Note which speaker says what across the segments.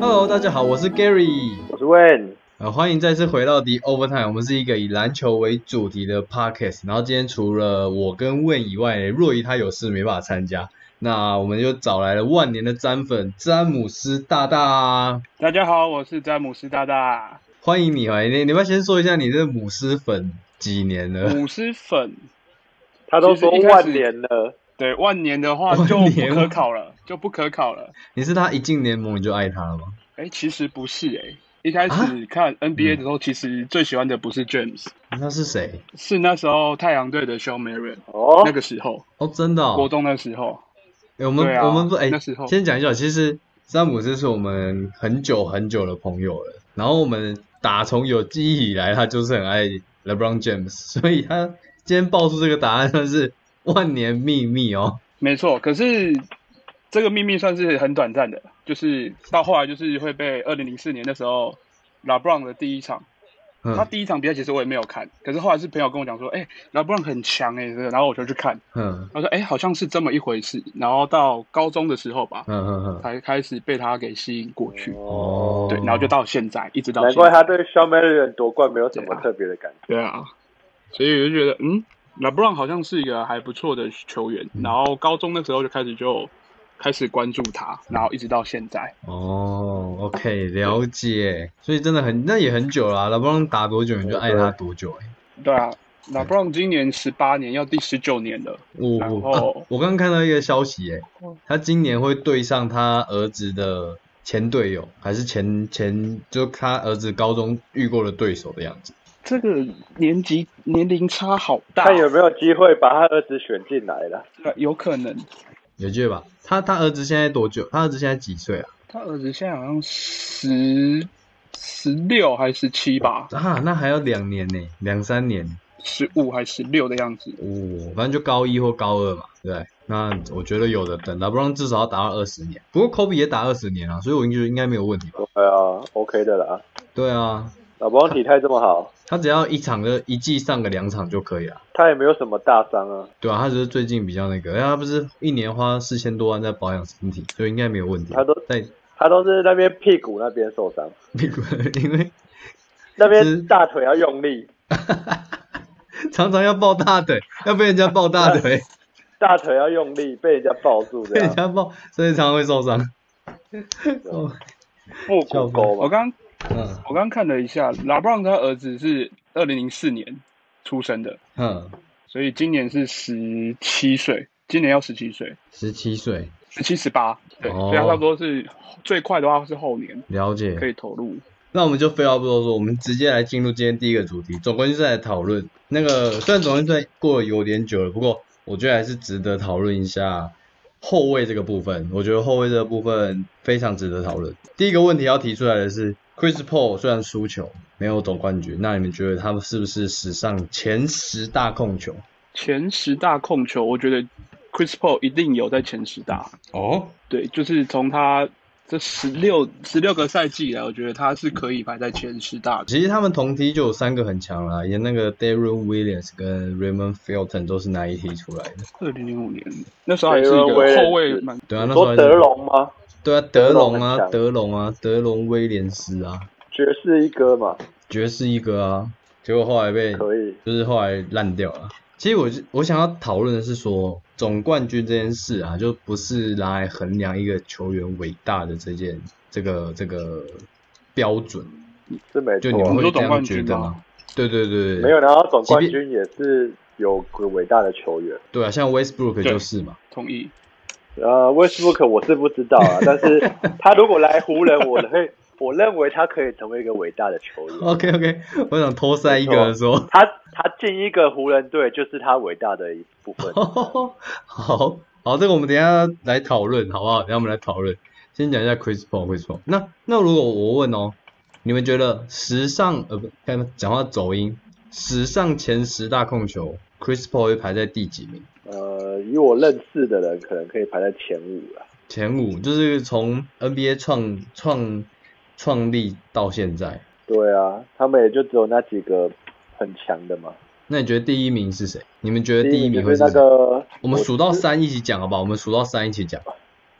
Speaker 1: Hello，大家好，我是 Gary，
Speaker 2: 我是 Wen，
Speaker 1: 呃，欢迎再次回到 The Overtime，我们是一个以篮球为主题的 Podcast。然后今天除了我跟 Wen 以外，若仪他有事没办法参加，那我们就找来了万年的詹粉詹姆斯大大，
Speaker 3: 大家好，我是詹姆斯大大，
Speaker 1: 欢迎你，欢迎你，你要不要先说一下你这母狮粉几年 了？
Speaker 3: 母狮粉。
Speaker 2: 他都说
Speaker 3: 其实一开始
Speaker 2: 万年了，
Speaker 3: 对，万年的话
Speaker 1: 万
Speaker 3: 就
Speaker 1: 年
Speaker 3: 不可考了，就不可考了。
Speaker 1: 你是他一进联盟你就爱他了吗？
Speaker 3: 哎，其实不是哎、一开
Speaker 1: 啊
Speaker 3: 始看 NBA 的时候，其实最喜欢的不是 James，
Speaker 1: 他是谁？
Speaker 3: 是那时候太阳队的 Shawn Marion。
Speaker 2: 哦
Speaker 3: 那，个时候，
Speaker 1: 哦，真的、哦，
Speaker 3: 国中的时候，
Speaker 1: 欸我们、
Speaker 3: 对啊
Speaker 1: 我们不哎、
Speaker 3: 那时候
Speaker 1: 先讲一下，其实詹姆斯是我们很久很久的朋友了。然后我们打从有记忆以来，他就是很爱 LeBron James，所 以他今天爆出这个答案算是万年秘密哦。
Speaker 3: 没错。可是这个秘密算是很短暂的，就是到后来就是会被二零零四年的时候，LeBron 的第一场他
Speaker 1: 嗯
Speaker 3: 第一场比赛其实我也没有看，可是后来是朋友跟我讲说，哎、老布朗很强哎、然后我就去看，
Speaker 1: 嗯
Speaker 3: 他说，哎、好像是这么一回事。然后到高中的时候吧
Speaker 1: 嗯，嗯嗯，
Speaker 3: 才开始被他给吸引过去，
Speaker 1: 哦，
Speaker 3: 对，然后就到现在，一直到
Speaker 2: 难
Speaker 3: 现
Speaker 2: 怪
Speaker 3: 在
Speaker 2: 他对 Shawn Marion 夺冠没有什么特别的感觉。
Speaker 3: 哦对啊，所以我就觉得，嗯，拉布朗好像是一个还不错的球员。
Speaker 1: 嗯
Speaker 3: 然后高中的时候就开始就开始关注他，然后一直到现在，
Speaker 1: 哦，OK，了解。所以真的很，那也很久啦、LeBron 打多久你就爱他多久哎、
Speaker 3: 对啊，拉布朗今年十八年，要第十九年了。
Speaker 1: 我
Speaker 3: 然
Speaker 1: 我、
Speaker 3: 后
Speaker 1: 啊我刚刚看到一个消息、欸，他今年会对上他儿子的前队友，还是前前就他儿子高中遇过的对手的样子。
Speaker 3: 这个年级年龄差好大哦，
Speaker 2: 看有没有机会把他儿子选进来了。
Speaker 3: 对有可能。
Speaker 1: 有记得吧？他他儿子现在多久？他儿子现在几岁啊？
Speaker 3: 他儿子现在好像十十六还是十七吧，
Speaker 1: 啊，那还要两年呢、两三年。
Speaker 3: 十五还是十六的样子。
Speaker 1: 哦，反正就高一或高二嘛，对不对。那我觉得有的等了，不然至少要打到二十年。不过 Kobe 也打二十年啊，所以我应该应该没有问题吧？
Speaker 2: 对啊，OK 的啦。
Speaker 1: 对啊，
Speaker 2: 老王体态这么好，
Speaker 1: 他只要一场的一季上个两场就可以了。
Speaker 2: 他也没有什么大伤啊。
Speaker 1: 对啊，他只是最近比较那个，因为他不是一年花四千多万在保养身体，所以应该没有问题。
Speaker 2: 他都
Speaker 1: 在
Speaker 2: 他都是那边屁股那边受伤，
Speaker 1: 屁股， 因为
Speaker 2: 那
Speaker 1: 是
Speaker 2: 边大腿要用力，
Speaker 1: 常常要抱大腿，要被人家抱大 腿，
Speaker 2: 啊大腿要用力，被人家抱住这
Speaker 1: 被人
Speaker 2: 样，
Speaker 1: 家抱，所以常常会受伤。哦，
Speaker 2: 腹股沟
Speaker 3: 我
Speaker 2: 嘛。
Speaker 3: 刚
Speaker 1: 嗯
Speaker 3: 我刚看了一下，拉布朗他儿子是二零零四年出生的，
Speaker 1: 哼，
Speaker 3: 所以今年是十七岁，今年要十七岁，
Speaker 1: 十七岁，
Speaker 3: 十七十八，对，
Speaker 1: 哦
Speaker 3: 所以他差不多是最快的话是后年
Speaker 1: 了
Speaker 3: 可
Speaker 1: 解。
Speaker 3: 以投入。
Speaker 1: 那我们就废话不多说，我们直接来进入今天第一个主题——总冠军赛的讨论。那个虽然总冠军赛过了有点久了，不过我觉得还是值得讨论一下后卫这个部分，我觉得后卫这个部分非常值得讨论。第一个问题要提出来的是，Chris Paul 虽然输球没有总冠军，那你们觉得他们是不是史上前十大控球？
Speaker 3: 前十大控球，我觉得 Chris Paul 一定有在前十大。
Speaker 1: 哦，
Speaker 3: 对，就是从他这十六十六个赛季以来，我觉得他是可以排在前十大的。
Speaker 1: 其实他们同梯就有三个很强啦，也那个 Darren Williams 跟 Raymond Felton 都是那一梯出来的。
Speaker 3: 二零零五年那时候还是一个
Speaker 2: Taylor Williams
Speaker 3: 后卫蛮
Speaker 1: 对啊，那时候还
Speaker 2: 说
Speaker 1: 是
Speaker 2: 德隆吗？
Speaker 1: 对啊，德隆
Speaker 2: 德隆很
Speaker 1: 啊，
Speaker 2: 强
Speaker 1: 德隆啊，德隆威廉斯啊，
Speaker 2: 爵士一哥嘛，
Speaker 1: 爵士一哥啊，结果后来被
Speaker 2: 可以。
Speaker 1: 就是后来烂掉了。其实我是我想要讨论的是说，总冠军这件事啊，就不是拿来衡量一个球员伟大的这件这个这个标准，
Speaker 2: 是没
Speaker 1: 就
Speaker 2: 错
Speaker 1: 你
Speaker 2: 啊。
Speaker 1: 们
Speaker 3: 你
Speaker 1: 会
Speaker 3: 说
Speaker 1: 这
Speaker 3: 总
Speaker 1: 样
Speaker 3: 冠
Speaker 1: 觉
Speaker 3: 军
Speaker 1: 得
Speaker 3: 吗
Speaker 1: 吗？对对对，
Speaker 2: 没有拿到总冠
Speaker 1: 即
Speaker 2: 军也是有个伟大的球员。
Speaker 1: 对啊，像 Westbrook
Speaker 3: 对
Speaker 1: 就是嘛，
Speaker 3: 同意。
Speaker 2: 呃，Westbrook 我是不知道 啊，但是他如果来湖人，我会我认为他可以成为一个伟大的球员。
Speaker 1: OK OK，我想偷塞一个说，。
Speaker 2: 他他进一个湖人队就是他伟大的一部分
Speaker 1: 好好，这个我们等一下来讨论好不好？等一下我们来讨论，先讲一下 Chris Paul，Chris Paul。那那如果我问哦，你们觉得时尚呃不，看讲话走音，时尚前十大控球，Chris Paul 会排在第几名？
Speaker 2: 呃，以我认识的人，可能可以排在前五啊。
Speaker 1: 前五就是从 NBA 创创创立到现在，
Speaker 2: 对啊，他们也就只有那几个很强的嘛。
Speaker 1: 那你觉得第一名是谁？你们觉得
Speaker 2: 第
Speaker 1: 第一名
Speaker 2: 就
Speaker 1: 会
Speaker 2: 是
Speaker 1: 是
Speaker 2: 那
Speaker 1: 谁？
Speaker 2: 个，
Speaker 1: 我们数到
Speaker 2: 只，
Speaker 1: 三一起讲好不好？我们数到三一起讲。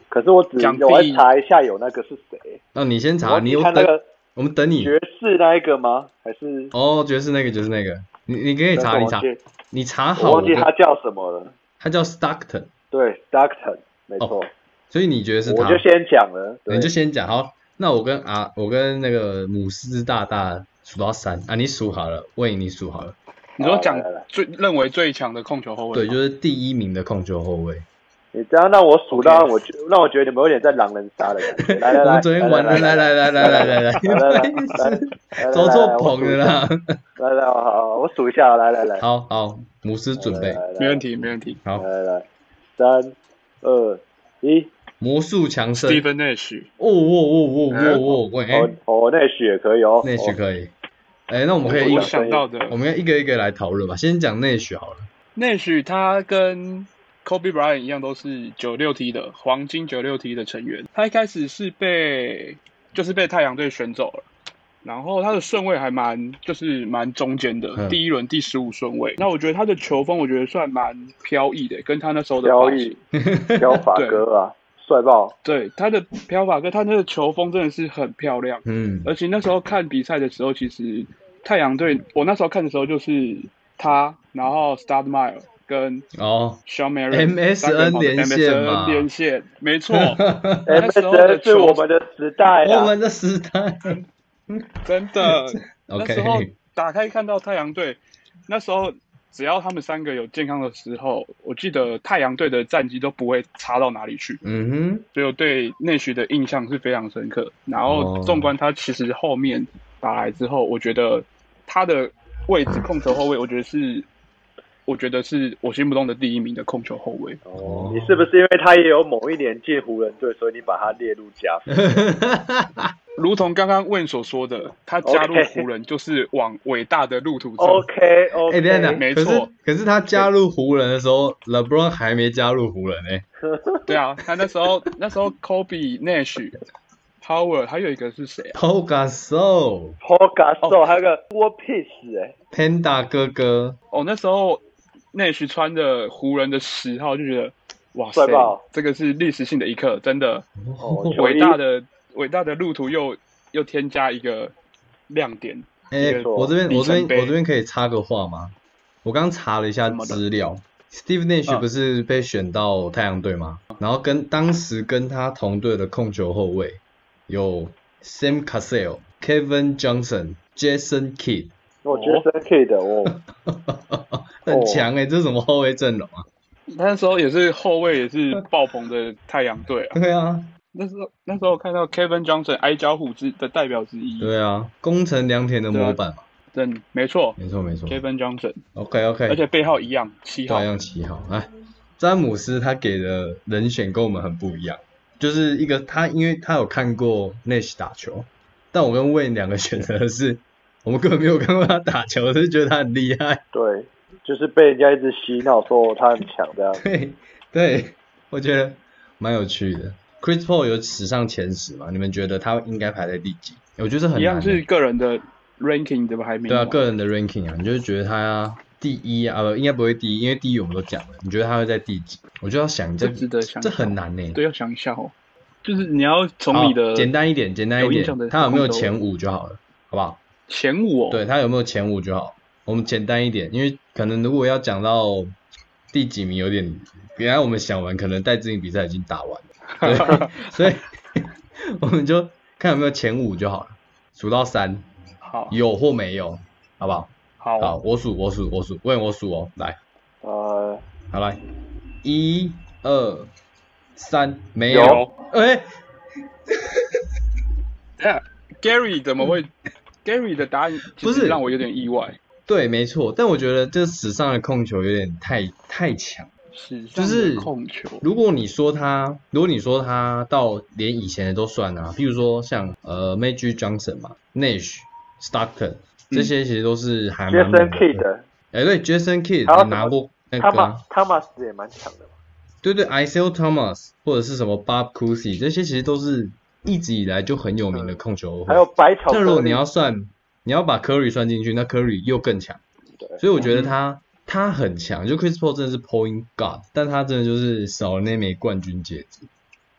Speaker 2: 可是我只
Speaker 3: 讲
Speaker 2: 我
Speaker 3: 第
Speaker 2: 要
Speaker 3: 一
Speaker 2: 查一下有那个是谁。
Speaker 1: 那你先
Speaker 2: 我
Speaker 1: 查，
Speaker 2: 要
Speaker 1: 你有
Speaker 2: 看那
Speaker 1: 等，
Speaker 2: 个
Speaker 1: 我们等你。
Speaker 2: 爵士那一个吗？还是
Speaker 1: 哦，爵士那个就是那个，你你可以查，你查，你查好。
Speaker 2: 我忘记
Speaker 1: 我跟
Speaker 2: 他叫什么了。
Speaker 1: 他叫 Stockton，
Speaker 2: 对，Stockton，没错，
Speaker 1: 所以你觉得是他？
Speaker 2: 我就先讲了。对
Speaker 1: 你就先讲好。那我跟啊，我跟那个姆斯大大数到三啊，你数好了，喂，你数好了。
Speaker 3: 你说
Speaker 2: 好
Speaker 3: 讲
Speaker 2: 来来
Speaker 3: 最认为最强的控球后卫
Speaker 1: 对，
Speaker 3: 吗，
Speaker 1: 就是第一名的控球后卫。
Speaker 2: 你这样让我数到
Speaker 3: OK
Speaker 2: 我觉，让我觉得你们有点在狼人杀的感觉。来来
Speaker 1: 我
Speaker 2: 来，
Speaker 1: 们昨天玩的，来来来来来来来，
Speaker 2: 来
Speaker 1: 走错棚
Speaker 2: 了
Speaker 1: 了啦。
Speaker 2: 来来，好好，我数一下，来来来，
Speaker 1: 好好，姆斯准备
Speaker 2: 来，来来
Speaker 3: 没问题，没问题。
Speaker 1: 好
Speaker 2: 来，来来，三二一，
Speaker 1: 魔术强森。
Speaker 3: Stephen Nash，
Speaker 1: 哦哦哦哦哦哦，喂，
Speaker 2: 哦
Speaker 1: 哎，
Speaker 2: 哦，那许也可以哦，
Speaker 1: 内许可以。哎，那我们可以一
Speaker 3: 我
Speaker 1: 个，
Speaker 3: 想到
Speaker 1: 我
Speaker 3: 的
Speaker 1: 们要一个一个来讨论吧。先讲内许好了。
Speaker 3: Nash，他跟 Kobe Bryant 一样都是九六 T 的黄金九六 T 的成员。他一开始是被就是被太阳队选走了。然后他的顺位还蛮，就是蛮中间的，
Speaker 1: 嗯
Speaker 3: 第一轮第十五顺位。那我觉得他的球风，我觉得算蛮飘逸的，跟他那时候的
Speaker 2: 交
Speaker 3: 发型
Speaker 2: 易交法哥啊，帅爆！
Speaker 3: 对他的飘法跟他那个球风真的是很漂亮。
Speaker 1: 嗯
Speaker 3: 而且那时候看比赛的时候，其实太阳队，我那时候看的时候就是他，然后 Studmile 跟
Speaker 1: 哦，
Speaker 3: Sean m a r r
Speaker 1: MSN 连线嘛
Speaker 3: 连线，没 错，那时候的
Speaker 2: MSN 是我们的时代
Speaker 3: 哎
Speaker 1: 我
Speaker 2: 啊，
Speaker 1: 们的时 代。
Speaker 3: 真的，那时候
Speaker 1: OK，
Speaker 3: 打开看到太阳队，那时候只要他们三个有健康的时候，我记得太阳队的战绩都不会差到哪里去，
Speaker 1: 嗯哼，
Speaker 3: 所以我对内许的印象是非常深刻。然
Speaker 1: 哦
Speaker 3: 后纵观他其实后面打来之后，我觉得他的位置控球后卫，我觉得是，我觉得是我心目中的第一名的控球后卫。
Speaker 2: 哦你是不是因为他也有某一年进湖人队，所以你把他列入加分？
Speaker 3: 如同刚刚问所说的，他加入
Speaker 2: OK 哦
Speaker 3: 湖人就是往伟大的路途走。
Speaker 2: OK
Speaker 1: 哎，等一下等
Speaker 2: OK，
Speaker 1: 一下，
Speaker 3: 没
Speaker 1: 可是
Speaker 3: 错
Speaker 1: 可是他加入湖人的时候，LeBron 还没加入湖人哎。
Speaker 3: 对啊，他那时候那时候 Kobe、Nash、Howard，还有一个是谁啊？
Speaker 1: p o g a s o
Speaker 2: p o g a s o 哦
Speaker 1: 哦
Speaker 2: 还有个 War Piece 哎，
Speaker 1: Panda 哥哥，
Speaker 3: 哦，那时候 Nash 穿的湖人的十号就觉得，哇塞
Speaker 2: 帅爆，
Speaker 3: 这个是历史性的一刻，真的
Speaker 2: 哦球
Speaker 3: 伟
Speaker 2: 衣
Speaker 3: 大的伟大的路途又又添加一个亮点。
Speaker 1: 哎、
Speaker 3: 没错
Speaker 1: 我这边我这
Speaker 3: 里
Speaker 1: 边
Speaker 3: 程碑
Speaker 1: 我这边可以插个话吗？我刚查了一下
Speaker 3: 怎么的
Speaker 1: 资料，Steve Nash
Speaker 3: 嗯
Speaker 1: 不是被选到太阳队吗？然后跟当时跟他同队的控球后卫有 Sam Cassell、Kevin Johnson、Jason Kidd，
Speaker 2: 我觉得是 K 的哦，
Speaker 1: 很强
Speaker 3: 哦
Speaker 1: 哎、这是什么后卫阵容啊？
Speaker 3: 他那时候也是后卫，也是爆棚的太阳队啊。
Speaker 1: 对啊，
Speaker 3: 那时候那时候看到 Kevin Johnson 矮脚虎之的代表之一，
Speaker 1: 对啊，攻城良田的模板嘛，
Speaker 3: 真没错
Speaker 1: 没错没错。
Speaker 3: 啊，Kevin Johnson，
Speaker 1: OK
Speaker 3: 而
Speaker 1: OK，
Speaker 3: 且背号一样，七号
Speaker 1: 对，。用七号。哎，詹姆斯他给的人选跟我们很不一样，就是一个他，因为他有看过 Nash 打球，但我跟 Wayne 两个选择的是，我们根本没有看过他打球，只是觉得他很厉害。
Speaker 2: 对，就是被人家一直洗脑说他很强这样。
Speaker 1: 对对，我觉得蛮有趣的。Chris Paul 有史上前十嘛？你们觉得他应该排在第几？我觉得这很
Speaker 3: 一
Speaker 1: 难欸、
Speaker 3: 样是个人的 ranking 的排名
Speaker 1: 对
Speaker 3: 嘛。
Speaker 1: 啊，个人的 ranking 啊，你就是觉得他第一啊，啊不，应该不会第一，因为第一我们都讲了。你觉得他会在第几？我就要想这
Speaker 3: 这值得想
Speaker 1: 这很难呢、欸。
Speaker 3: 对，要想一下哦，就是你要从
Speaker 1: 好
Speaker 3: 你的
Speaker 1: 简单一点，简单一
Speaker 3: 有印
Speaker 1: 点
Speaker 3: 象的，
Speaker 1: 他有没有
Speaker 3: 空投
Speaker 1: 前五就好了，好不好？
Speaker 3: 前五哦，
Speaker 1: 对，他有没有前五就好。我们简单一点，因为可能如果要讲到第几名有点，原来我们想完，可能戴资颖比赛已经打完 了，对，所以我们就看有没有前五就好了，数到三，
Speaker 3: 好，
Speaker 1: 有或没有，好不好？
Speaker 3: 好，
Speaker 1: 好，我数，我数，我数，问我数哦，来，
Speaker 2: 呃，
Speaker 1: 好来，一二三，没
Speaker 2: 有
Speaker 1: 有，哎、
Speaker 3: 等一下 Gary 怎么会、Gary 的答案其
Speaker 1: 不
Speaker 3: 实
Speaker 1: 是
Speaker 3: 让我有点意外，
Speaker 1: 对，没错，但我觉得这史上的控球有点太太强。
Speaker 3: 史
Speaker 1: 就
Speaker 3: 上
Speaker 1: 是
Speaker 3: 的控球，
Speaker 1: 如果你说他，如果你说他到连以前的都算啊，譬如说像呃 Magic Johnson 嘛，Nash、Stockton 这些其实都是还
Speaker 2: 杰
Speaker 1: 蛮猛
Speaker 2: 森
Speaker 1: 的
Speaker 2: K 的，
Speaker 1: 哎、对，Jason Kidd
Speaker 2: 还有
Speaker 1: 还
Speaker 2: 什么
Speaker 1: 拿过那
Speaker 2: 他
Speaker 1: 个啊、
Speaker 2: 马他马斯也蛮强的嘛。
Speaker 1: 对对，Isaiah Thomas 或者是什么 Bob Cousy 这些其实都是一直以来就很有名的控球后卫
Speaker 2: 嗯还有白巧克
Speaker 1: 那
Speaker 2: 力，
Speaker 1: 如果你要算，你要把 Curry 算进去，那 Curry 又更强。
Speaker 2: 对
Speaker 1: 所以我觉得他他很强，就 Chris Paul 真的是 Point God，但他真的就是少了那枚冠军戒指。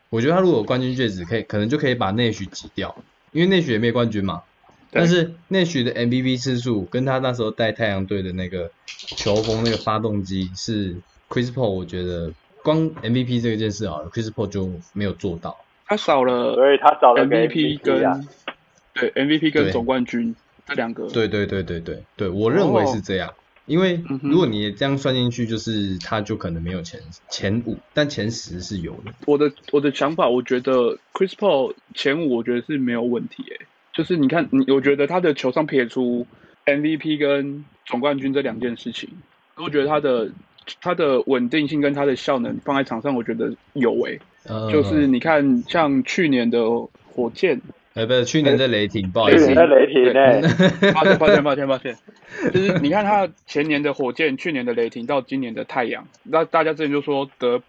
Speaker 1: 我觉得他如果有冠军戒指，可以可能就可以把内许挤掉，因为内许也没有冠军嘛。
Speaker 3: 对
Speaker 1: 但是内许的 MVP 次数跟他那时候带太阳队的那个球风那个发动机是 Chris Paul，我觉得光 MVP 这件事啊，Chris Paul 就没有做到。
Speaker 3: 他少了
Speaker 2: 所以他找了个
Speaker 3: MVP 跟
Speaker 2: 啊，
Speaker 3: 对 MVP 跟
Speaker 1: 对
Speaker 3: 总冠军这两个，
Speaker 1: 对对对对对对，我认为是这样，因为
Speaker 3: 哦嗯哼
Speaker 1: 如果你这样算进去，就是他就可能没有前前五，但前十是有的。
Speaker 3: 我的我的想法，我觉得 Chris Paul 前五我觉得是没有问题诶、就是你看，你我觉得他的球上撇出 MVP 跟总冠军这两件事情，我觉得他的他的稳定性跟他的效能放在场上，我觉得有诶、
Speaker 1: 呃，
Speaker 3: 就是你看，像去年的火箭，
Speaker 1: 哎，不是去年的雷霆，不好意
Speaker 2: 去
Speaker 1: 思
Speaker 2: 年，的雷霆欸呢，
Speaker 3: 抱歉抱歉抱歉抱歉，就是你看他前年的火箭，去年的雷霆到今年的太阳，那大家之前就说得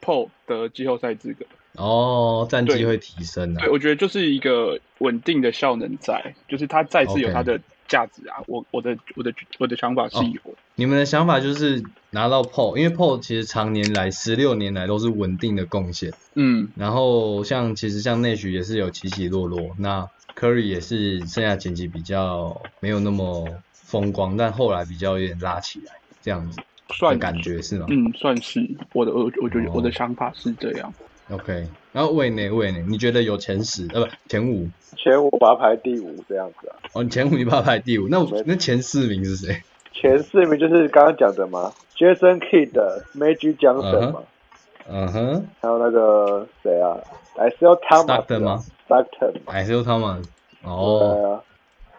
Speaker 3: Paul 得季后赛资格。
Speaker 1: 哦，战绩
Speaker 3: 对
Speaker 1: 会提升啊
Speaker 3: 对，。我觉得就是一个稳定的效能在，就是它再次有
Speaker 1: OK
Speaker 3: 它的价值啊。我我的我的我的想法是
Speaker 1: 哦
Speaker 3: 有，
Speaker 1: 你们的想法就是拿到 PO，因为 PO 其实常年来十六年来都是稳定的贡献，
Speaker 3: 嗯，
Speaker 1: 然后像其实像内许也是有起起落落，那 Curry 也是剩下前期比较没有那么风光，但后来比较有点拉起来这样子的
Speaker 3: 算
Speaker 1: 感，觉是吗？
Speaker 3: 嗯，算是我的我我觉得
Speaker 1: 哦
Speaker 3: 我的想法是这样。
Speaker 1: OK，然后魏呢？魏呢？你觉得有前十呃不前五？
Speaker 2: 前五把他排第五这样子啊，
Speaker 1: 哦，你前五你把它排第五，那我
Speaker 2: 没
Speaker 1: 那前四名是谁？
Speaker 2: 前四名就是刚刚讲的嘛，Jason Kidd、Magic Johnson 嘛，
Speaker 1: 嗯哼，
Speaker 2: 还有那个谁啊，还是要
Speaker 1: Stockton
Speaker 2: Thomas
Speaker 1: 吗
Speaker 2: 啊？Stockton 嘛，
Speaker 1: 矮 o 他们。哦，
Speaker 2: 对啊，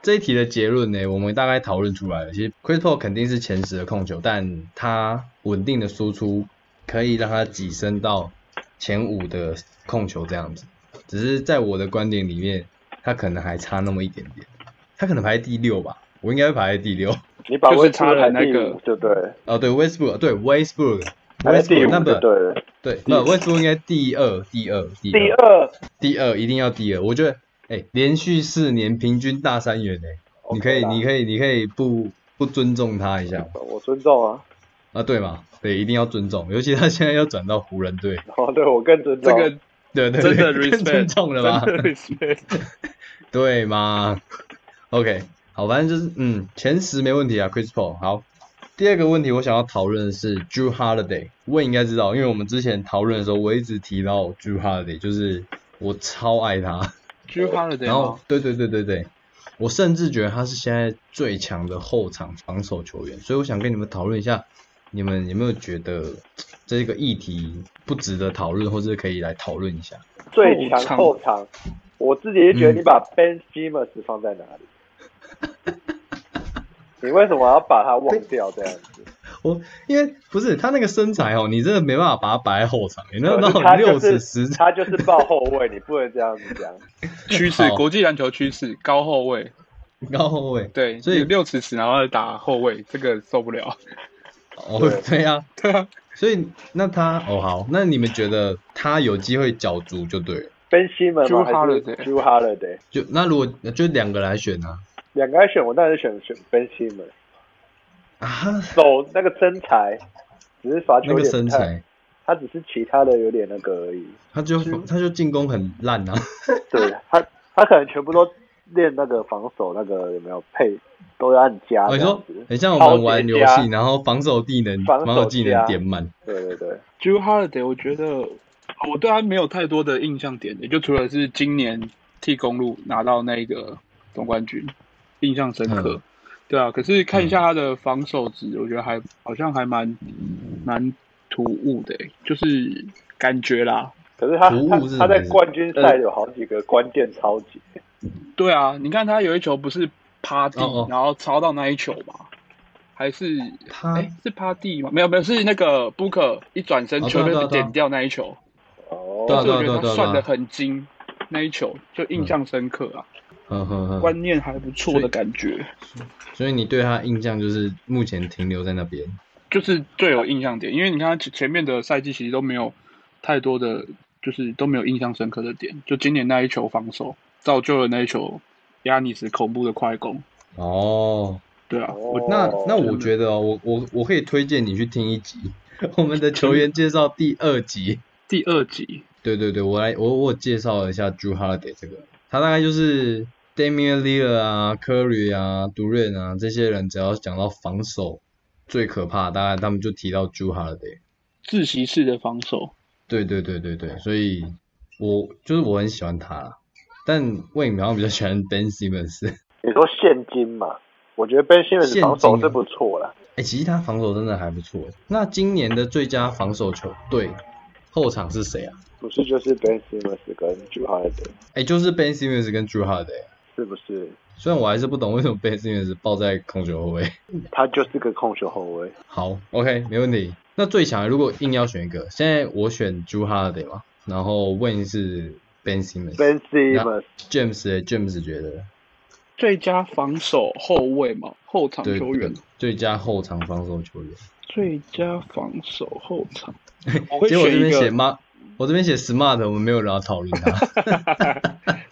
Speaker 1: 这一题的结论呢，我们大概讨论出来了。其实 Chris Paul 肯定是前十的控球，但他稳定的输出可以让他跻身到前五的控球这样子。只是在我的观点里面，他可能还差那么一点点，他可能排第六吧，我应该会排在第六。
Speaker 2: 你把
Speaker 3: 就是
Speaker 2: 位置
Speaker 3: 差了
Speaker 2: 排
Speaker 3: 那
Speaker 2: 第
Speaker 3: 个
Speaker 2: 五就对了，
Speaker 1: 哦，对，Westbrook，对 Westbrook，
Speaker 2: 排在第
Speaker 1: Westbrook
Speaker 2: 五
Speaker 1: 那
Speaker 2: 就
Speaker 1: 本
Speaker 2: 对了。
Speaker 1: 对，不，Westbrook 应该第二，第二，第
Speaker 2: 第
Speaker 1: 二，
Speaker 2: 二，
Speaker 1: 第二，一定要第二。我觉得，哎、连续四年平均大三元、哎，你可
Speaker 2: OK
Speaker 1: 以，
Speaker 2: 啦
Speaker 1: 你可以，你可以不不尊重他一下吗
Speaker 2: 我尊重啊，
Speaker 1: 啊？对嘛？对，一定要尊重，尤其他现在要转到湖人队，
Speaker 2: 然后对我更尊
Speaker 3: 这
Speaker 2: 重。
Speaker 3: 个
Speaker 1: 对对
Speaker 3: 真
Speaker 1: 对，
Speaker 3: 的
Speaker 1: 更
Speaker 3: respect，
Speaker 1: 尊重了吧？
Speaker 3: 真的 respect。
Speaker 1: 对嘛？OK，好，反正就是嗯，前十没问题啊，Chris Paul。好，第二个问题我想要讨论的是 Drew Holiday，我也应该知道，因为我们之前讨论的时候，我一直提到 Drew Holiday，就是我超爱他。
Speaker 3: Drew Holiday
Speaker 1: 然后
Speaker 3: 吗？
Speaker 1: 对对对对对，我甚至觉得他是现在最强的后场防守球员，所以我想跟你们讨论一下，你们有没有觉得这个议题不值得讨论，或者可以来讨论一下？
Speaker 2: 最
Speaker 3: 后场
Speaker 2: 强后场，我自己是觉得你把 Ben
Speaker 3: 嗯
Speaker 2: Simmons 放在哪里？你为什么要把他忘掉这样子？
Speaker 1: 我因为不是他那个身材哦，你真的没办法把他摆在后场，你 那
Speaker 2: 可是
Speaker 1: 到
Speaker 2: 他就
Speaker 1: 六
Speaker 2: 是
Speaker 1: 尺十，
Speaker 2: 他就是爆后卫，你不能这样子讲。
Speaker 3: 趋势
Speaker 1: 好，
Speaker 3: 国际篮球趋势，高后卫，
Speaker 1: 高后卫，
Speaker 3: 对，
Speaker 1: 所以
Speaker 3: 六尺十然后打后卫，这个受不了。
Speaker 1: 哦
Speaker 2: 对
Speaker 1: 对啊，
Speaker 3: 对啊，
Speaker 1: 所以那他哦好，那你们觉得他有机会角逐就对了，
Speaker 2: Ben Simmons 吗
Speaker 3: Jrue
Speaker 2: 还是
Speaker 3: Holiday
Speaker 2: Drew Holiday？
Speaker 1: 就那如果就两个来选啊呢
Speaker 2: 两个人选，我当然是选选 Ben Simmons。
Speaker 1: 啊啊
Speaker 2: 走哦那个身材，只是罚球
Speaker 1: 那
Speaker 2: 有
Speaker 1: 个
Speaker 2: 点
Speaker 1: 身
Speaker 2: 太，
Speaker 1: 材。
Speaker 2: 他只是其他的有点那个而已。
Speaker 1: 他就他就进攻很烂啊，
Speaker 2: 对他，他可能全部都练那个防守那个有没有配，都要按加
Speaker 1: 哦、
Speaker 2: 这
Speaker 1: 你
Speaker 2: 样
Speaker 1: 说
Speaker 2: 子。
Speaker 1: 很像我们
Speaker 2: 啊超
Speaker 1: 玩
Speaker 2: 级
Speaker 1: 游
Speaker 2: 加
Speaker 1: 戏，然后防守技能、
Speaker 2: 防守啊
Speaker 1: 防守技能
Speaker 2: 加
Speaker 1: 点满，
Speaker 2: 对对对，
Speaker 3: Drew Holiday，我觉得我对他没有太多的印象点，也就除了是今年替公路拿到那个总冠军，印象深刻。
Speaker 1: 嗯
Speaker 3: 对啊，可是看一下他的防守值，我觉得还好像还蛮蛮突兀的欸、就是感觉啦。
Speaker 2: 可是他
Speaker 1: 服务
Speaker 2: 他
Speaker 1: 是
Speaker 2: 他
Speaker 1: 什么意
Speaker 2: 在
Speaker 1: 思
Speaker 2: 冠军赛有好几个关键超级，
Speaker 3: 对啊，你看他有一球不是趴地，
Speaker 1: 哦哦
Speaker 3: 然后抄到那一球嘛？还是
Speaker 1: 他
Speaker 3: 哎、是趴地吗？没有没有，是那个 Booker 一转身
Speaker 1: 哦
Speaker 3: 球
Speaker 1: 对啊对啊
Speaker 3: 被
Speaker 1: 对啊
Speaker 3: 点掉那一球。
Speaker 2: 哦，
Speaker 1: 对啊
Speaker 3: 但
Speaker 1: 对
Speaker 3: 是
Speaker 1: 啊
Speaker 3: 我觉得
Speaker 1: 对
Speaker 3: 他
Speaker 1: 啊
Speaker 3: 算
Speaker 1: 对
Speaker 3: 的
Speaker 1: 啊嗯
Speaker 3: 很精，那一球就印象深刻啊，
Speaker 1: 呵呵呵，
Speaker 3: 观念还不错的感觉，
Speaker 1: 所以你对他印象就是目前停留在那边。
Speaker 3: 就是最有印象点。因为你看他前前面的赛季其实都没有太多的，就是都没有印象深刻的点，就今年那一球防守造就了那一球亚尼斯恐怖的快攻。
Speaker 1: 哦，
Speaker 3: 对啊，我
Speaker 2: 哦
Speaker 1: 那那
Speaker 3: 真
Speaker 1: 我
Speaker 3: 的
Speaker 1: 觉得哦，我我我可以推荐你去听一集 我们的球员介绍第二集。
Speaker 3: 第二集
Speaker 1: 对对对，我来我我有介绍了一下 Drew Holiday 这个人，他大概就是 Damian Lillard 啊、Curry 啊、d u r a n 啊这些人，只要讲到防守最可怕，大概他们就提到 Drew Holiday。
Speaker 3: 自习式的防守，
Speaker 1: 对对对对对，所以我就是我很喜欢他啦，但魏敏好像比较喜欢 Ben Simmons。
Speaker 2: 你说现金嘛？我觉得 Ben Simmons
Speaker 1: 现金
Speaker 2: 防守是不错啦。
Speaker 1: 哎、其实他防守真的还不错。那今年的最佳防守球队后场是谁啊？
Speaker 2: 不是就是 Ben Simmons 跟 j u h a r d e
Speaker 1: 哎、就是 Ben Simmons 跟 Drew Holiday。啊
Speaker 2: 是不是？
Speaker 1: 虽然我还是不懂为什么 Ben Simmons 报在控球后卫。
Speaker 2: 他就是个控球后卫。
Speaker 1: 好，OK，没问题。那最强如果硬要选一个，现在我选 Drew Holiday 嘛，然后问是 Ben Simmons。
Speaker 2: Ben Simmons
Speaker 1: James 欸 James 觉得
Speaker 3: 最佳防守后卫嘛，后场
Speaker 1: 对
Speaker 3: 球员，
Speaker 1: 最佳后场防守球员。
Speaker 3: 最佳防守后 场，我会
Speaker 1: 结果我这
Speaker 3: 选一
Speaker 1: 边写
Speaker 3: 个。
Speaker 1: 妈，我这边写 Smart，我们没有人要讨论他。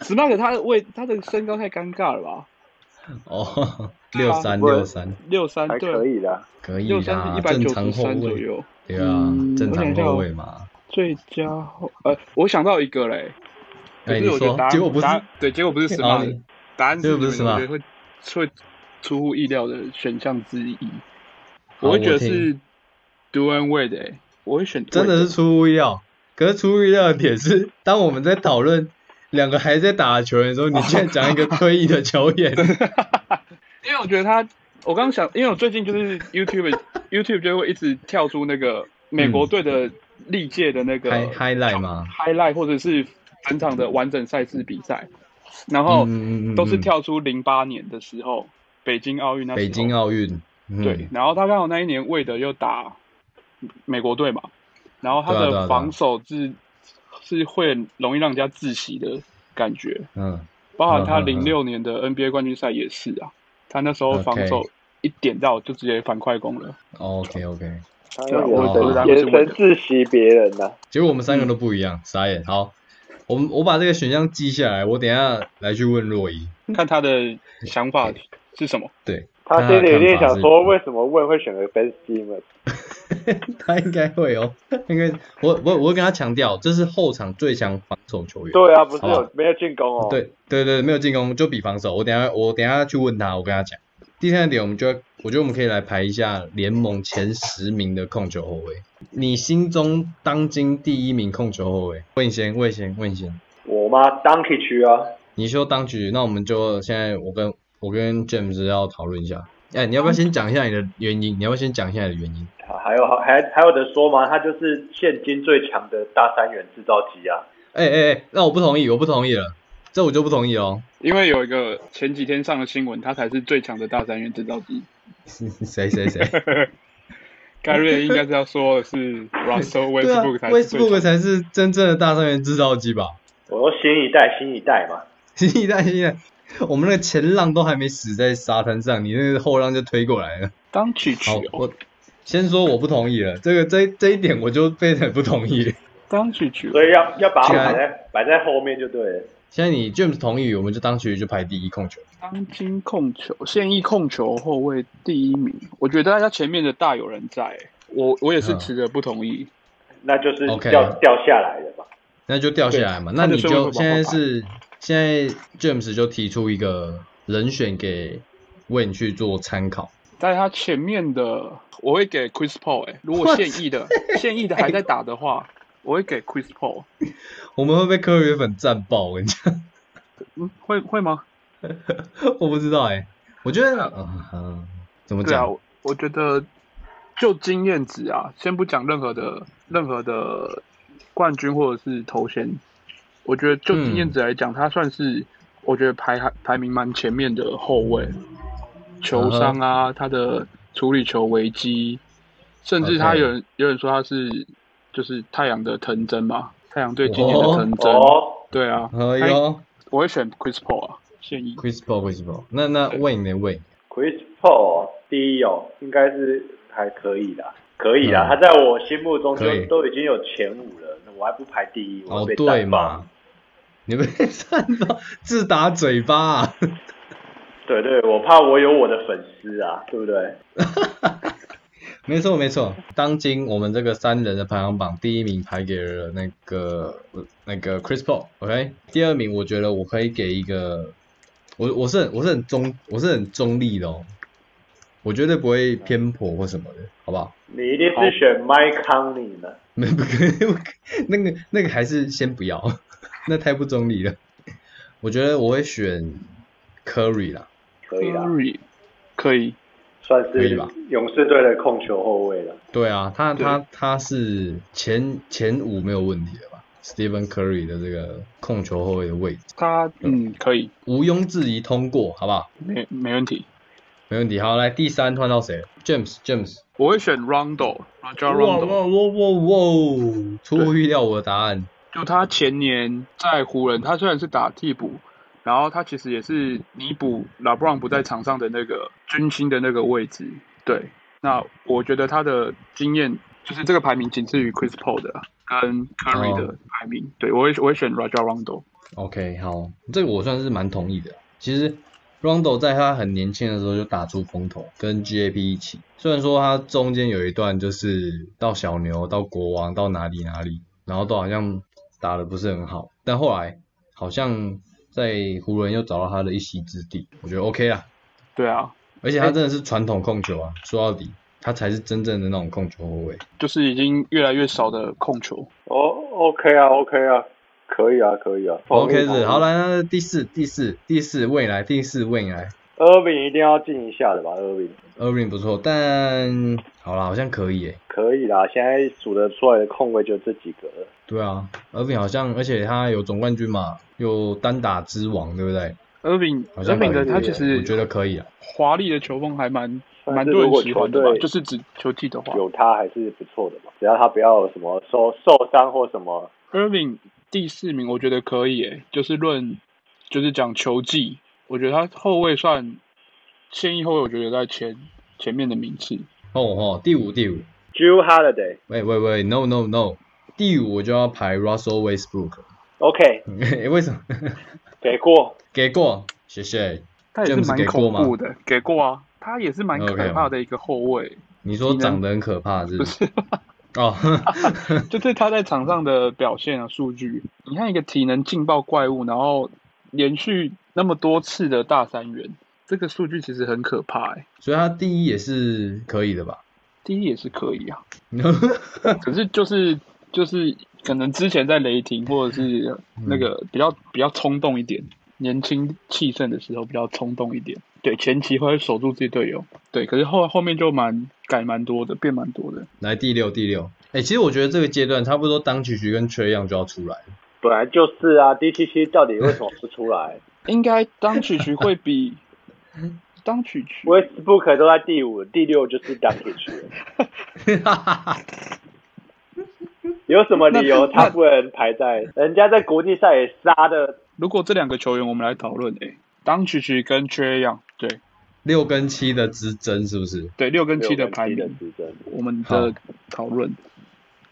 Speaker 3: Smart 他的位他的身高太尴尬了吧？
Speaker 1: 哦，六三
Speaker 2: 不
Speaker 1: 六三，
Speaker 3: 六三
Speaker 2: 还可
Speaker 3: 对，
Speaker 2: 以啦。
Speaker 1: 可以
Speaker 3: 六三
Speaker 1: 啦
Speaker 3: 是一，百
Speaker 1: 哎正
Speaker 3: 九
Speaker 1: 常
Speaker 3: 十
Speaker 1: 后
Speaker 3: 三左
Speaker 1: 卫。
Speaker 3: 右。
Speaker 1: 对啊，
Speaker 3: 嗯
Speaker 1: 正
Speaker 3: 我想
Speaker 1: 常
Speaker 3: 一下
Speaker 1: 后
Speaker 3: 哦
Speaker 1: 卫嘛。
Speaker 3: 最佳后呃，我想到一个嘞，可
Speaker 1: 哎，
Speaker 3: 是
Speaker 1: 你
Speaker 3: 我觉得
Speaker 1: 说
Speaker 3: 答，案
Speaker 1: 结果不是
Speaker 3: 答案对，结果不是
Speaker 1: 然后
Speaker 3: Smart，
Speaker 1: 你
Speaker 3: 答案
Speaker 1: 结
Speaker 3: 是
Speaker 1: 果不是
Speaker 3: 你
Speaker 1: Smart
Speaker 3: 们我觉得会会出乎意料的选项之一。
Speaker 1: 好
Speaker 3: 我会觉
Speaker 1: 我
Speaker 3: 得
Speaker 1: 听
Speaker 3: 是 Do and Wade，欸我会选
Speaker 1: 真的
Speaker 3: Wade
Speaker 1: 是出乎意料。可是出乎意料的点是，当我们在讨论两个还在打的球员的时候，你竟然讲一
Speaker 3: 哦
Speaker 1: 个退役的球 员。
Speaker 3: 因为我觉得他，我刚想，因为我最近就是 YouTube YouTube 就会一直跳出那个
Speaker 1: 嗯
Speaker 3: 美国队的历届的那个
Speaker 1: high highlight 嘛，
Speaker 3: highlight 或者是整场的完整赛事比赛，然后
Speaker 1: 嗯嗯嗯嗯
Speaker 3: 都是跳出零八年的时候北京奥运那时候
Speaker 1: 北京奥运。嗯
Speaker 3: 对，，然后他刚好那一年魏德又打美国队嘛，然后
Speaker 1: 对
Speaker 3: 他
Speaker 1: 啊对啊对
Speaker 3: 的
Speaker 1: 啊
Speaker 3: 防守是、是会容易让人家窒息的感觉，
Speaker 1: 嗯，
Speaker 3: 包含他
Speaker 1: 嗯嗯嗯
Speaker 3: 零六年的 NBA 冠军赛也是啊，他那时候防守
Speaker 1: OK
Speaker 3: 一点到就直接反快攻了。
Speaker 1: OK OK。
Speaker 2: 他
Speaker 3: 对啊我
Speaker 1: 我
Speaker 2: 眼
Speaker 1: 觉得
Speaker 2: 神
Speaker 3: 他
Speaker 2: 眼
Speaker 3: 是
Speaker 2: 神窒息别人呐、
Speaker 1: 结果我们三个都不一样，傻眼。好，我们我把这个选项记下来，我等一下来去问若仪。
Speaker 3: 看他的想法是什么？
Speaker 1: 对，
Speaker 2: 他心里一定想说，为
Speaker 1: 什
Speaker 2: 什么问会选择 Ben Simmons？
Speaker 1: 么？他应该会哦，应该我我我会跟他强调，这是后场最强防守球员。
Speaker 2: 对啊，不是
Speaker 1: 好
Speaker 2: 有
Speaker 1: 吧
Speaker 2: 没有进攻哦？，
Speaker 1: 对对对，没有进攻就比防守。我等一下我等一下去问他，我跟他讲。第三点，我们就要我觉得我们可以来排一下联盟前十名的控球后卫。你心中当今第一名控球后卫？问先，问先，问先。
Speaker 2: 我吗 d u n k y 区啊，
Speaker 1: 你说当局，那我们就现在我跟我跟 James 要讨论一下。哎，你要不要先讲一下你的原因？你要不要先讲一下你的原因？
Speaker 2: 啊还有还还有的说吗？他就是现今最强的大三元制造机啊！
Speaker 1: 哎哎哎，那我不同意，我不同意了，这我就不同意哦。
Speaker 3: 因为有一个前几天上的新闻，他才是最强的大三元制造机。
Speaker 1: 谁谁谁？
Speaker 3: 盖瑞应该是要说的是 Russell
Speaker 1: 对啊
Speaker 3: Westbrook 才是最强
Speaker 1: ，Facebook 才是真正的大三元制造机吧？
Speaker 2: 我说新一代，新一代嘛，
Speaker 1: 新一代，新一代，我们那个前浪都还没死在沙滩上，你那个后浪就推过来了。
Speaker 3: 当曲曲
Speaker 1: 好，
Speaker 3: 哦，
Speaker 1: 我先说我不同意了，这个这这一点我就非常不同 意。
Speaker 3: 当曲曲哦，
Speaker 2: 所以要要把它
Speaker 1: 这个
Speaker 2: 摆在摆在后面就对了。
Speaker 1: 现在你 James 同意，我们就当局就排第一控球。
Speaker 3: 当今控球现役控球后卫第一名，我觉得大家前面的大有人在、欸我我也是
Speaker 1: 嗯
Speaker 3: 持着不同意。
Speaker 2: 那就是掉
Speaker 1: OK
Speaker 2: 掉下来了嘛。
Speaker 1: 那就掉下来嘛。那你
Speaker 3: 他的顺位
Speaker 1: 就
Speaker 3: 会
Speaker 1: 现在
Speaker 3: 往后
Speaker 1: 是现在 James 就提出一个人选给 Win 去做参考。
Speaker 3: 在他前面的，我会给 Chris Paul 哎、如果
Speaker 1: What？
Speaker 3: 现役的现役的还在打的话，我会给 Chris Paul。
Speaker 1: 我们会被科学粉战爆，我跟你讲，
Speaker 3: 嗯，会会吗？
Speaker 1: 我不知道哎、我觉得，嗯、嗯怎么
Speaker 3: 对啊，
Speaker 1: 讲？
Speaker 3: 我我觉得就经验值啊，先不讲任何的任何的冠军或者是头衔，我觉得就经
Speaker 1: 嗯
Speaker 3: 验值来讲，他算是我觉得排还排名蛮前面的后卫，
Speaker 1: 嗯
Speaker 3: 球商啊，他的处理球危机，甚至他
Speaker 1: OK
Speaker 3: 有人有人说他是就是太阳的藤真嘛，太阳队今年的藤真，
Speaker 2: 哦，
Speaker 3: 对啊，
Speaker 1: 哎
Speaker 3: 他
Speaker 1: 呦
Speaker 3: 我会选 Chris Paul 啊，现役
Speaker 1: ，Chris Paul，Chris Paul，那那 Win 呢？Win，
Speaker 2: Chris Paul 第一哦，应该是还可以啦，可以啦，
Speaker 1: 嗯
Speaker 2: 他在我心目中
Speaker 1: 可
Speaker 2: 就
Speaker 1: 以
Speaker 2: 都已经有前五了，那我还不排第一，
Speaker 1: 哦
Speaker 2: 我会被
Speaker 1: 对
Speaker 2: 淡忘。
Speaker 1: 嘛，你被战爆，自打嘴巴、啊。
Speaker 2: 对对，我怕我有我的粉丝啊，对不对？
Speaker 1: 没错没错，当今我们这个三人的排行榜第一名排给了那个那个 Chris Paul，OK，、第二名我觉得我可以给一个，我我是很我是很中我是很中立的哦，我绝对不会偏颇或什么的，好不好？
Speaker 2: 你一定是选 Mike Conley 呢？
Speaker 1: 没不可以，不可以那个那个还是先不要， 那太不中立了。我觉得我会选 Curry 啦，
Speaker 2: 可以啊啦，
Speaker 3: Curry 可以，
Speaker 2: 算
Speaker 1: 可以
Speaker 2: 是
Speaker 1: 吧
Speaker 2: 勇士队的控球后卫了。
Speaker 1: 对啊，他他他是前前五没有问题的吧？Stephen Curry 的这个控球后卫的位置。
Speaker 3: 他嗯可以，
Speaker 1: 毋庸置疑通过，好不好？
Speaker 3: 没没问题。
Speaker 1: 没问题。好，来第三换到谁？James James。
Speaker 3: 我会选 Rondo，Rajon
Speaker 1: 哇哇
Speaker 3: Rondo。
Speaker 1: 哇哇哇！出乎意料我的答案。
Speaker 3: 就他前年在湖人，他虽然是打替补，然后他其实也是弥补拉布朗不在场上的那个军心的那个位置。对，那我觉得他的经验就是这个排名仅次于 Chris Paul 的跟 Curry
Speaker 1: 哦
Speaker 3: 的排名。对我会我会选 Rajon Rondo。
Speaker 1: OK，好，这个我算是蛮同意的。其实 Rondo 在他很年轻的时候就打出风头，跟 GAP 一起。虽然说他中间有一段就是到小牛、到国王、到哪里哪里，然后都好像打的不是很好，但后来好像在湖人又找到他的一席之地，我觉得 OK 啦。
Speaker 3: 对啊，
Speaker 1: 而且他真的是传统控球啊，说到底，他才是真正的那种控球后卫。
Speaker 3: 就是已经越来越少的控球。
Speaker 2: 哦、o k 啊，OK 啊，可以啊，可以啊。
Speaker 1: OK 是好，来，那第四、第四、第四，未来第四未来
Speaker 2: 厄宾一定要进一下的吧？厄宾
Speaker 1: Irving 不错，但好啦，好像可以耶。
Speaker 2: 可以啦，现在数得出来的控卫就这几个了。
Speaker 1: 对啊，Irving 好像，而且他有总冠军嘛，有单打之王，对不对？
Speaker 3: Irving
Speaker 1: 好像
Speaker 3: Irving
Speaker 1: 可
Speaker 3: 的
Speaker 1: 以
Speaker 3: 他其
Speaker 1: 我觉
Speaker 3: 实
Speaker 1: 得可以啊。
Speaker 3: 华丽的球风还蛮
Speaker 2: 但是
Speaker 3: 蛮多
Speaker 2: 哎如
Speaker 3: 人
Speaker 2: 果
Speaker 3: 喜
Speaker 2: 球
Speaker 3: 欢的吧，
Speaker 2: 队
Speaker 3: 就是指球技的话。
Speaker 2: 有他还是不错的嘛，只要他不要有什么受受伤或什么。
Speaker 3: Irving 第四名，我觉得可以诶，就是论就是讲球技，我觉得他后卫算现役后卫，我觉得在前前面的名次。
Speaker 1: 哦哦，第五第五，
Speaker 2: Drew Holiday，OK，、
Speaker 1: 喂喂喂，No No No，第五我就要排 Russell Westbrook，诶为什么？
Speaker 2: 给过，
Speaker 1: 给过，谢谢。
Speaker 3: 他也是
Speaker 1: James
Speaker 3: 蛮
Speaker 1: 给过
Speaker 3: 恐
Speaker 1: 吗
Speaker 3: 怖的，给过啊，他也是蛮可
Speaker 1: OK
Speaker 3: 怕的一个后卫，
Speaker 1: 你说
Speaker 3: 你能
Speaker 1: 长得很可怕是
Speaker 3: 不
Speaker 1: 不是？
Speaker 3: 是？
Speaker 1: 哦，
Speaker 3: 就是他在场上的表现啊，数据，你看一个体能劲爆怪物，然后连续那么多次的大三元，这个数据其实很可怕诶。
Speaker 1: 所以他第一也是可以的吧？
Speaker 3: 第一也是可以啊，可是就是就是可能之前在雷霆或者是那个比较比较冲动一点，年轻气盛的时候比较冲动一点。对，前期会守住自己队友，对，可是后后面就蛮改蛮多的，变蛮多的。
Speaker 1: 来第六，第六。哎、其实我觉得这个阶段差不多，当曲曲跟缺样就要出来了。
Speaker 2: 本来就是啊，D T C 到底为什么不出 来
Speaker 3: 应该当曲曲会比当曲曲
Speaker 2: ？Westbrook 都在第五、第六就是 d u n k i c 有什么理由他不能排在？人家在国际赛也杀的，
Speaker 3: 如果这两个球员我们来讨论，诶，当曲曲跟缺样，对
Speaker 1: 六跟七的之争是不是？
Speaker 3: 对，六跟七
Speaker 2: 没有
Speaker 3: 的
Speaker 2: 跟
Speaker 3: 排
Speaker 2: 七的
Speaker 3: 名，
Speaker 2: 之争，
Speaker 3: 我们
Speaker 1: 好
Speaker 3: 的讨论。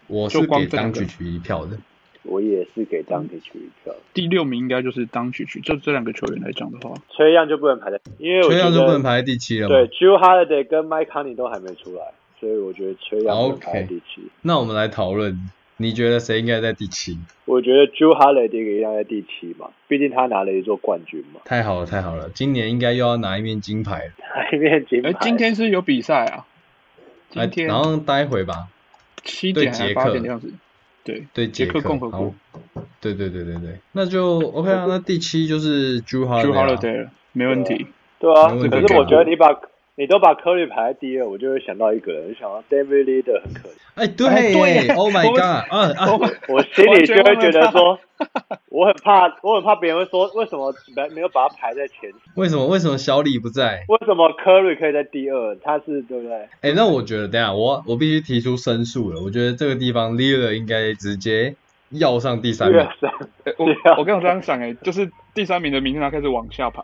Speaker 1: 我是
Speaker 3: 就光
Speaker 1: 给
Speaker 3: 这两
Speaker 1: 当
Speaker 3: 个
Speaker 1: 曲曲一票的。
Speaker 2: 我也是给 d u n k i c 一票。
Speaker 3: 第六名应该就是当曲曲，就这两个球员来讲的话，
Speaker 2: 崔样就不能排在，因为我
Speaker 1: 缺
Speaker 2: 觉
Speaker 1: 样就不能
Speaker 2: 得
Speaker 1: 排在第七了
Speaker 2: 对
Speaker 1: 嘛？
Speaker 2: Drew Holiday 跟 Mike Conley 都还没出来，所以我觉得崔样不能
Speaker 1: 哦 OK
Speaker 2: 排在第七。
Speaker 1: 那我们来讨论，你觉得谁应该在第七？
Speaker 2: 我觉得 Drew Holiday 一定要在第七嘛，毕竟他拿了一座冠军 嘛，
Speaker 1: 太好了，太好了，今年应该又要拿一面金牌了。
Speaker 2: 拿一面金牌
Speaker 3: 哎，。今天是有比赛啊，
Speaker 1: 来
Speaker 3: 今，天
Speaker 1: 然后待会吧，
Speaker 3: 七
Speaker 1: 对
Speaker 3: 点还
Speaker 1: 捷
Speaker 3: 是八
Speaker 1: 克
Speaker 3: 点的样子，对，
Speaker 1: 对捷
Speaker 3: 捷克共和
Speaker 1: 好
Speaker 3: 国，
Speaker 1: 对对对对对，那就 OK 啊。那第七就是 Drew
Speaker 3: j e
Speaker 1: Holiday
Speaker 3: w
Speaker 1: 啊。
Speaker 3: Holiday 没问题，
Speaker 2: 对啊，
Speaker 1: 没问题
Speaker 2: 可是我觉得你把你都把科里排在第二，我就会想到一个人，就想到 David Lee 的很可怜，
Speaker 1: 哎，对
Speaker 3: 哎对
Speaker 1: ，Oh my
Speaker 3: 我
Speaker 1: God，啊啊，
Speaker 2: 我心里就会觉得
Speaker 3: 完全忘
Speaker 2: 说，我很怕，我很怕别人会说为什么没没有把他排在前，
Speaker 1: 为什么为什么小李不在？
Speaker 2: 为什么科里可以在第二，他是对不对？
Speaker 1: 哎、那我觉得，等一下我我必须提出申诉了。我觉得这个地方 l i l a 应该直接要上第三
Speaker 2: 第
Speaker 1: 名。
Speaker 2: 二三，
Speaker 3: 哎我我刚刚这样想哎，就是第三名的名字他开始往下排，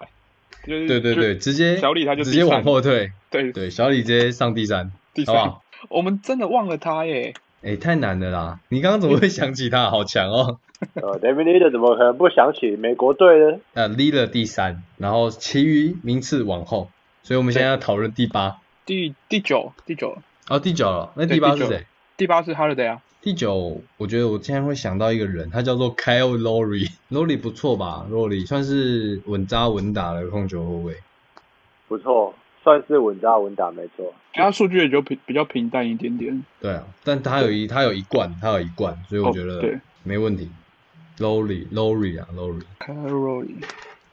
Speaker 3: 就是
Speaker 1: 对对对，
Speaker 3: 就
Speaker 1: 直接
Speaker 3: 小李他就
Speaker 1: 直接
Speaker 3: 第三
Speaker 1: 往后退。
Speaker 3: 对
Speaker 1: 对，小李直接上第三，
Speaker 3: 第
Speaker 1: 好不
Speaker 3: 三
Speaker 1: 好？，
Speaker 3: 我们真的忘了他耶，
Speaker 1: 哎、太难了啦！你刚刚怎么会想起他？好强哦！
Speaker 2: 呃，David l e a d e r 怎么可能不想起美国队呢？
Speaker 1: 呃，leader 第三，然后其余名次往后，所以我们现在要讨论第八。
Speaker 3: 第第九第九
Speaker 1: 哦，第九了，那
Speaker 3: 对
Speaker 1: 第八
Speaker 3: 第
Speaker 1: 是
Speaker 3: 九
Speaker 1: 谁？
Speaker 3: 第八是 Holiday 啊，
Speaker 1: 第九，我觉得我现在会想到一个人，他叫做 Kyle Lowry，Lowry 不错吧？Lowry 算是稳扎稳打的控球后卫。
Speaker 2: 不错，算是稳扎稳打，没错。
Speaker 3: 他数据也就平比较平淡一点点。
Speaker 1: 对啊，但他有一他有一冠，他有一冠，所以我觉
Speaker 3: 哦
Speaker 1: 得
Speaker 3: 对
Speaker 1: 没问题。Lowry Lowry 啊 Lowry，
Speaker 3: c a r o l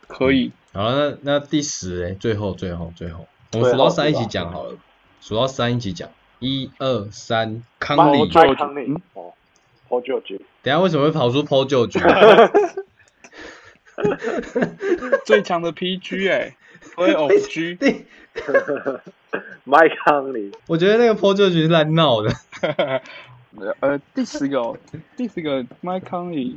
Speaker 3: 可以，
Speaker 1: 好了，那那第十哎，最后最后最后，我
Speaker 2: 最
Speaker 1: 们数到
Speaker 2: 后
Speaker 1: 三一
Speaker 2: 是
Speaker 1: 起
Speaker 2: 吧
Speaker 1: 讲好了，数到三一起讲，一二三，康
Speaker 2: 麦
Speaker 1: 利，
Speaker 3: Paul
Speaker 1: 等
Speaker 3: George，
Speaker 2: 麦康利
Speaker 3: 嗯，
Speaker 2: 哦，Paul George，
Speaker 1: 一下为什么会跑出 PO 九局？嗯
Speaker 3: 最强的 PG 哎、p l a y o f G，
Speaker 1: 对，
Speaker 2: 麦康利，
Speaker 1: 我觉得那个 PO 九局是乱闹的。
Speaker 3: 呃，第十个、哦，第十个 Mike Conley，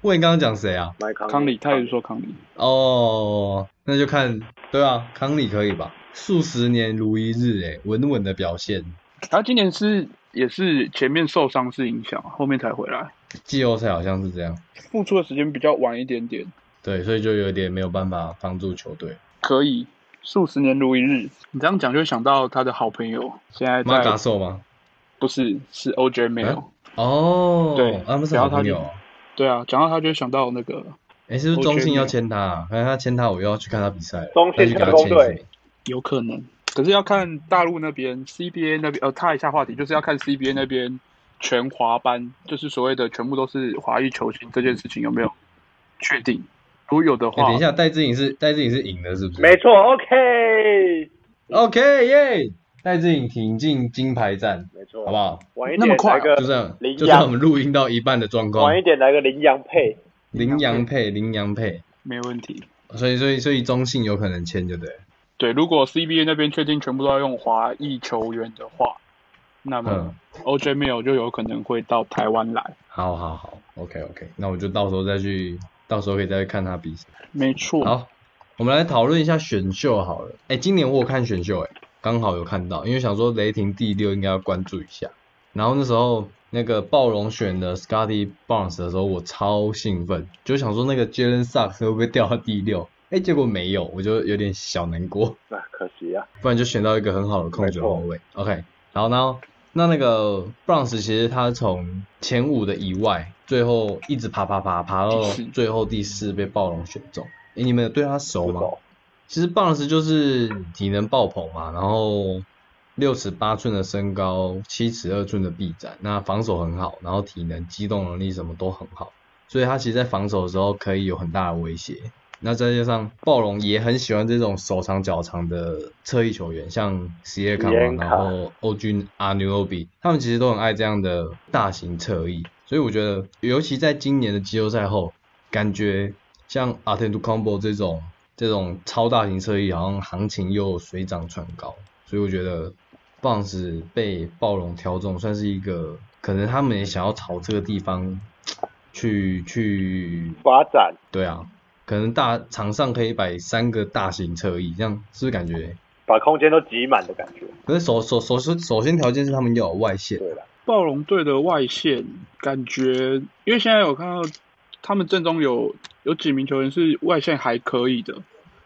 Speaker 1: 问你刚刚讲谁啊？
Speaker 2: 麦康
Speaker 3: 康利，他也是说康利，
Speaker 1: 哦，那就看，对啊，康利可以吧？数十年如一日，哎，稳稳的表现，
Speaker 3: 他今年是也是前面受伤是影响，后面才回来，
Speaker 1: 季后赛好像是这样，
Speaker 3: 复出的时间比较晚一点点，
Speaker 1: 对，所以就有点没有办法帮助球队。
Speaker 3: 可以，数十年如一日。你这样讲就会想到他的好朋友，现在
Speaker 1: 马嘎
Speaker 3: 在
Speaker 1: 兽吗？
Speaker 3: 不是是 OJ 没有，
Speaker 1: 嗯哦，
Speaker 3: 对
Speaker 1: 他们是
Speaker 3: 然
Speaker 1: 好
Speaker 3: 后他
Speaker 1: 朋
Speaker 3: 就
Speaker 1: 友哦。
Speaker 3: 对啊，讲到他就会想到那个
Speaker 1: 哎，是不是
Speaker 3: OJ
Speaker 1: 中信
Speaker 3: 没有
Speaker 1: 要签他、啊？反正他签他，我又要去看他比赛了。
Speaker 2: 中信
Speaker 1: 再去给他
Speaker 2: 特工
Speaker 1: 签一
Speaker 2: 队
Speaker 1: 次
Speaker 3: 有可能，可是要看大陆那边 CBA 那边，呃，岔一下话题，就是要看 CBA 那边全华班，就是所谓的全部都是华裔球星这件事情有没有确定？如果有的
Speaker 1: 哎
Speaker 3: 话，
Speaker 1: 等一下，戴志颖是戴志颖是赢的，是不是？
Speaker 2: 没错，OK，
Speaker 1: OK 耶！戴志颖挺进金牌战，
Speaker 2: 没错，
Speaker 1: 好不？好？
Speaker 2: 晚一
Speaker 3: 那么
Speaker 2: 点
Speaker 3: 快
Speaker 2: 来
Speaker 3: 啊
Speaker 2: 个
Speaker 1: 就这样，
Speaker 2: 羚
Speaker 1: 就这样
Speaker 2: 羊
Speaker 1: 我们录音到一半的状况
Speaker 2: 晚一。点来个羚羊配，
Speaker 1: 羚羊配，羚羊配，
Speaker 3: 没问题。
Speaker 1: 所以所以所以中信有可能签，对不对了？
Speaker 3: 对，如果 CBA 那边确定全部都要用华裔球员的话，那么
Speaker 1: 嗯，
Speaker 3: OJ Mail 就有可能会到台湾来。
Speaker 1: 好好好，OK OK，那我就到时候再去，到时候可以再去看他比赛。
Speaker 3: 没错，
Speaker 1: 好，我们来讨论一下选秀好了。哎、今年我有看选秀、哎，刚好有看到，因为想说雷霆第六应该要关注一下。然后那时候那个暴龙选的 Scotty Barnes 的时候，我超兴奋，就想说那个 Jalen Suggs 会不会掉到第六？哎、结果没有，我就有点小难过。
Speaker 2: 那可惜啊，
Speaker 1: 不然就选到一个很好的控球后卫。OK，然后呢，那那个 Bronze 其实他从前五的以外，最后一直爬爬爬爬到
Speaker 3: 第四
Speaker 1: 最后第四被暴龙选中。诶，你们有对他熟
Speaker 2: 不
Speaker 1: 吗？
Speaker 2: 走，
Speaker 1: 其实 Bronze 就是体能爆棚嘛，然后六尺八寸的身高，七尺二寸的臂展，那防守很好，然后体能、机动能力什么都很好，所以他其实在防守的时候可以有很大的威胁。那再加上暴龙也很喜欢这种手长脚长的侧翼球员，像席耶卡嘛，
Speaker 2: Siakam
Speaker 1: 然后欧军阿纽欧比，他们其实都很爱这样的大型侧翼。所以我觉得，尤其在今年的季后赛后，感觉像阿天杜康博这种这种超大型侧翼，好像行情又水涨船高。所以我觉得 b o n c 被暴龙挑中，算是一个可能他们也想要朝这个地方去去
Speaker 2: 发展
Speaker 1: 对啊，可能大场上可以摆三个大型车椅，这样是不是感觉？
Speaker 2: 把空间都挤满的感觉，
Speaker 1: 可是首首首先首先条件是他们要有外线，
Speaker 2: 对了，
Speaker 3: 暴龙队的外线感觉，因为现在有看到他们阵中有有几名球员是外线还可以的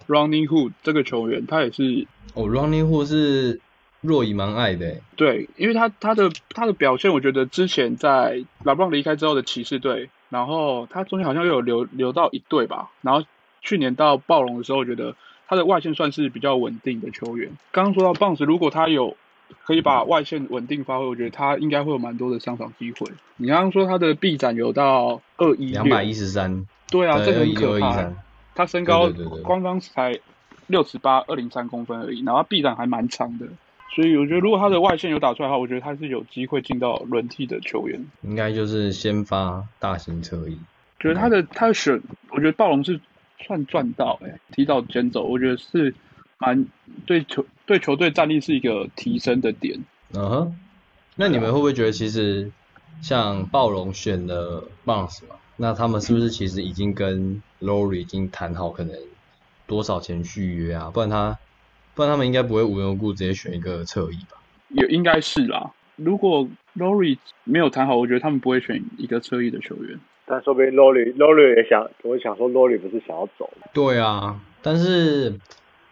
Speaker 3: r o n n i n g Hood 这个球员，他也是
Speaker 1: 哦，Running Hood 是若隐蛮爱的欸，
Speaker 3: 对，因为他他的他的表现，我觉得之前在拉布朗离开之后的骑士队，然后他中间好像又有留留到一队吧，然后去年到暴龙的时候，我觉得他的外线算是比较稳定的球员。刚刚说到 Bounce，如果他有可以把外线稳定发挥，我觉得他应该会有蛮多的上场机会。你刚刚说他的臂展有到二一
Speaker 1: 两百一十三，
Speaker 3: 对啊，这
Speaker 1: 对，二
Speaker 3: 个很
Speaker 1: 一六
Speaker 3: 可
Speaker 1: 一
Speaker 3: 怕欸。
Speaker 1: 三，
Speaker 3: 他身高
Speaker 1: 对对对对
Speaker 3: 官方才六尺八，二零三公分而已，然后他臂展还蛮长的，所以我觉得如果他的外线有打出来的话，我觉得他是有机会进到轮替的球员。
Speaker 1: 应该就是先发大型车椅。
Speaker 3: 觉得他
Speaker 1: 嗯
Speaker 3: 的他的选，我觉得暴龙是算赚到哎、欸提早捡走，我觉得是蛮对球对球队战力是一个提升的点。
Speaker 1: 嗯哼，那你们会不会觉得其实像暴龙选的 Bounce 嘛，那他们是不是其实已经跟 Lowry 已经谈好可能多少钱续约啊？不然他不然他们应该不会无缘无故直接选一个侧翼吧？
Speaker 3: 也应该是啦。如果 Lori 没有谈好，我觉得他们不会选一个侧翼的球员。
Speaker 2: 但说不定 Lori Lori 也想，我想说 Lori 不是想要走，
Speaker 1: 对啊，但是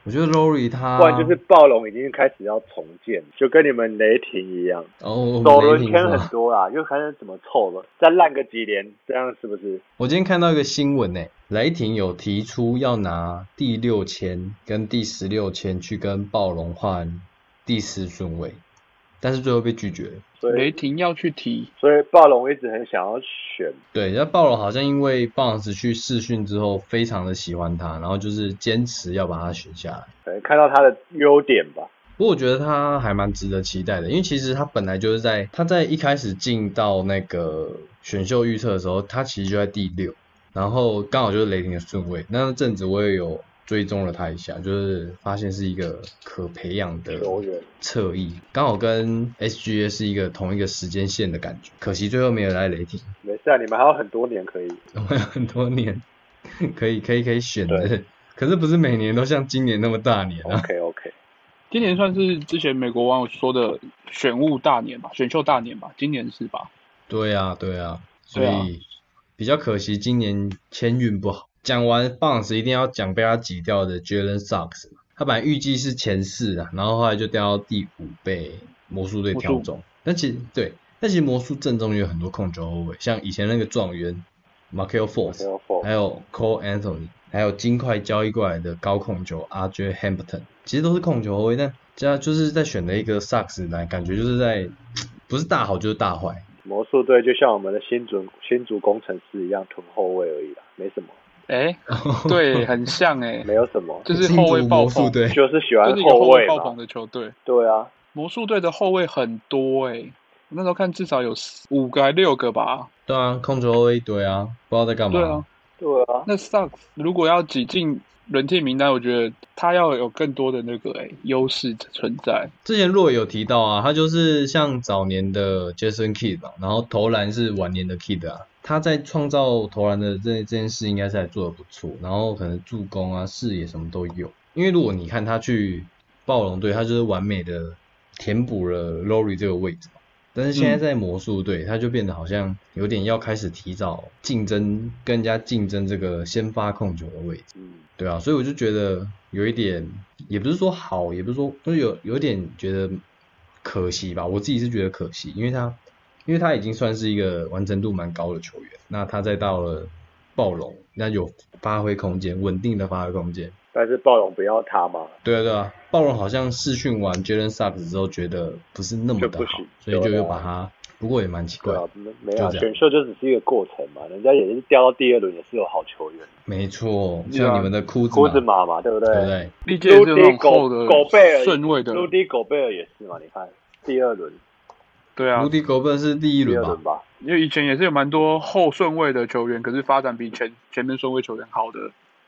Speaker 1: 我觉得 Lori 他，
Speaker 2: 不然就是暴龙已经开始要重建，就跟你们雷霆一样，
Speaker 1: 哦，
Speaker 2: 首
Speaker 1: 雷
Speaker 2: 轮
Speaker 1: 霆
Speaker 2: 签
Speaker 1: 是吧
Speaker 2: 很多啦，又开始怎么凑了，再烂个几年，这样是不是？
Speaker 1: 我今天看到一个新闻呢、雷霆有提出要拿第六签跟第十六签去跟暴龙换第四顺位，但是最后被拒绝了。
Speaker 2: 所
Speaker 3: 雷
Speaker 2: 以
Speaker 3: 霆要去踢，
Speaker 2: 所以暴龙一直很想要选，
Speaker 1: 对，那暴龙好像因为鲍老师去试训之后，非常的喜欢他，然后就是坚持要把他选下来。
Speaker 2: 可能看到他的优点吧。
Speaker 1: 不过我觉得他还蛮值得期待的，因为其实他本来就是在他在一开始进到那个选秀预测的时候，他其实就在第六，然后刚好就是雷霆的顺位。那阵子我也有追踪了他一下，就是发现是一个可培养的
Speaker 2: 球员
Speaker 1: 侧翼，刚好跟 SGA 是一个同一个时间线的感觉。可惜最后没有来雷霆，
Speaker 2: 没事啊，你们还有很多年可以。
Speaker 1: 我有很多年可以可以可以选的
Speaker 2: 对，
Speaker 1: 可是不是每年都像今年那么大年啊。
Speaker 2: OK OK，
Speaker 3: 今年算是之前美国网友说的选物大年吧，选秀大年吧，今年是吧？
Speaker 1: 对啊，对啊，所
Speaker 3: 对啊
Speaker 1: 以比较可惜今年签运不好。讲完 Bounce 一定要讲被他挤掉的 Jalen Sucks，他本来预计是前四啊，然后后来就掉到第五被魔术队
Speaker 3: 魔
Speaker 1: 挑
Speaker 3: 术
Speaker 1: 中。但其实对，但其实魔术阵中也有很多控球后卫，像以前那个状元 m a r k e l Force，
Speaker 2: 没有 f
Speaker 1: 还有 Cole Anthony，还有金块交易过来的高控球 RJ Hampton，其实都是控球后卫，但加就是在选的一个 Sucks 来，感觉就是在不是大好就是大坏。
Speaker 2: 魔术队就像我们的新竹新竹工程师一样囤后卫而已啦，没什么，
Speaker 3: 哎、对，很像哎、
Speaker 2: 没有什么，
Speaker 3: 就是后卫爆棚，
Speaker 1: 对，
Speaker 2: 就是喜欢
Speaker 3: 就是一个
Speaker 2: 后
Speaker 3: 后卫爆
Speaker 2: 嘛
Speaker 3: 棚。的球队。
Speaker 2: 对啊，
Speaker 3: 魔术队的后卫很多哎、我那时候看至少有四五个还六个吧。
Speaker 1: 对啊，控球后卫一堆啊，不知道在干嘛。
Speaker 3: 对啊，
Speaker 2: 对啊，
Speaker 3: 那 Sucks 如果要挤进轮替名单，我觉得他要有更多的那个哎、优势存在。
Speaker 1: 之前若有提到啊，他就是像早年的 Jason Kidd 嘛，然后投篮是晚年的 Kidd 啊，他在创造投篮的这这件事应该是还做的不错，然后可能助攻啊、视野什么都有。因为如果你看他去暴龙队，他就是完美的填补了 Lori 这个位置嘛。但是
Speaker 3: 嗯
Speaker 1: 现在在魔术队，他就变得好像有点要开始提早竞争，跟人家竞争这个先发控球的位置。
Speaker 2: 嗯，
Speaker 1: 对啊，所以我就觉得有一点，也不是说好，也不是说，就是有有点觉得可惜吧。我自己是觉得可惜，因为他，因为他已经算是一个完成度蛮高的球员，那他再到了暴龙，那有发挥空间，稳定的发挥空间。
Speaker 2: 但是暴龙不要他嘛，
Speaker 1: 对啊，对啊，暴龙好像试训完 Jalen Suggs 之后，觉得不是那么的
Speaker 2: 就不
Speaker 1: 好
Speaker 2: 行，
Speaker 1: 所以就
Speaker 2: 对啊
Speaker 1: 又把他，不过也蛮奇怪
Speaker 2: 对
Speaker 1: 的，
Speaker 2: 啊，没没有啊
Speaker 1: 就这样
Speaker 2: 选秀就只是一个过程嘛，人家也是掉到第二轮也是有好球员，
Speaker 1: 没错，
Speaker 3: 对啊
Speaker 1: 像你们的库兹
Speaker 2: 库兹
Speaker 1: 马，
Speaker 2: 马嘛，对不
Speaker 1: 对
Speaker 2: 对？啊
Speaker 1: 不对？
Speaker 3: 历届也是有那种
Speaker 2: Rudy 狗
Speaker 3: 后的
Speaker 2: 狗贝尔
Speaker 3: 顺位的，
Speaker 2: 鲁迪狗贝尔也是嘛，你看第二轮，
Speaker 3: 对啊
Speaker 1: 无，敌狗本是第一
Speaker 2: 第
Speaker 1: 轮
Speaker 2: 二
Speaker 1: 吧
Speaker 2: 轮？吧，
Speaker 3: 因为以前也是有蛮多后顺位的球员，可是发展比前前面顺位球员好的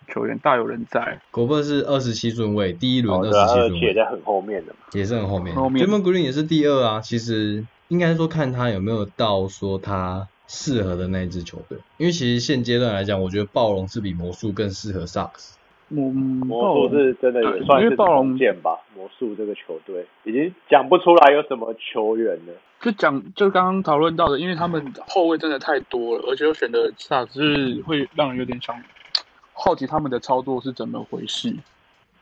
Speaker 3: 球员大有人在。
Speaker 1: 狗本是二十七顺位，第一轮
Speaker 2: 哦
Speaker 1: 二
Speaker 2: 对啊，
Speaker 1: 十
Speaker 2: 二
Speaker 1: 七顺
Speaker 2: 也
Speaker 1: 位，
Speaker 2: 在很后面的嘛，
Speaker 1: 也是很后面。
Speaker 3: 后面
Speaker 1: Draymond Green 也是第二啊，其实应该说看他有没有到说他适合的那一支球队，因为其实现阶段来讲，我觉得暴龙是比魔术更适合 Sucks。
Speaker 3: 嗯，
Speaker 2: 魔术是真的也
Speaker 3: 对
Speaker 2: 算
Speaker 3: 因
Speaker 2: 是
Speaker 3: 为暴龙
Speaker 2: 重建吧，魔术这个球队已经讲不出来有什么球员了。
Speaker 3: 就讲就刚刚讨论到的，因为他们后卫真的太多了，而且又选的萨是会让人有点想好奇他们的操作是怎么回事。嗯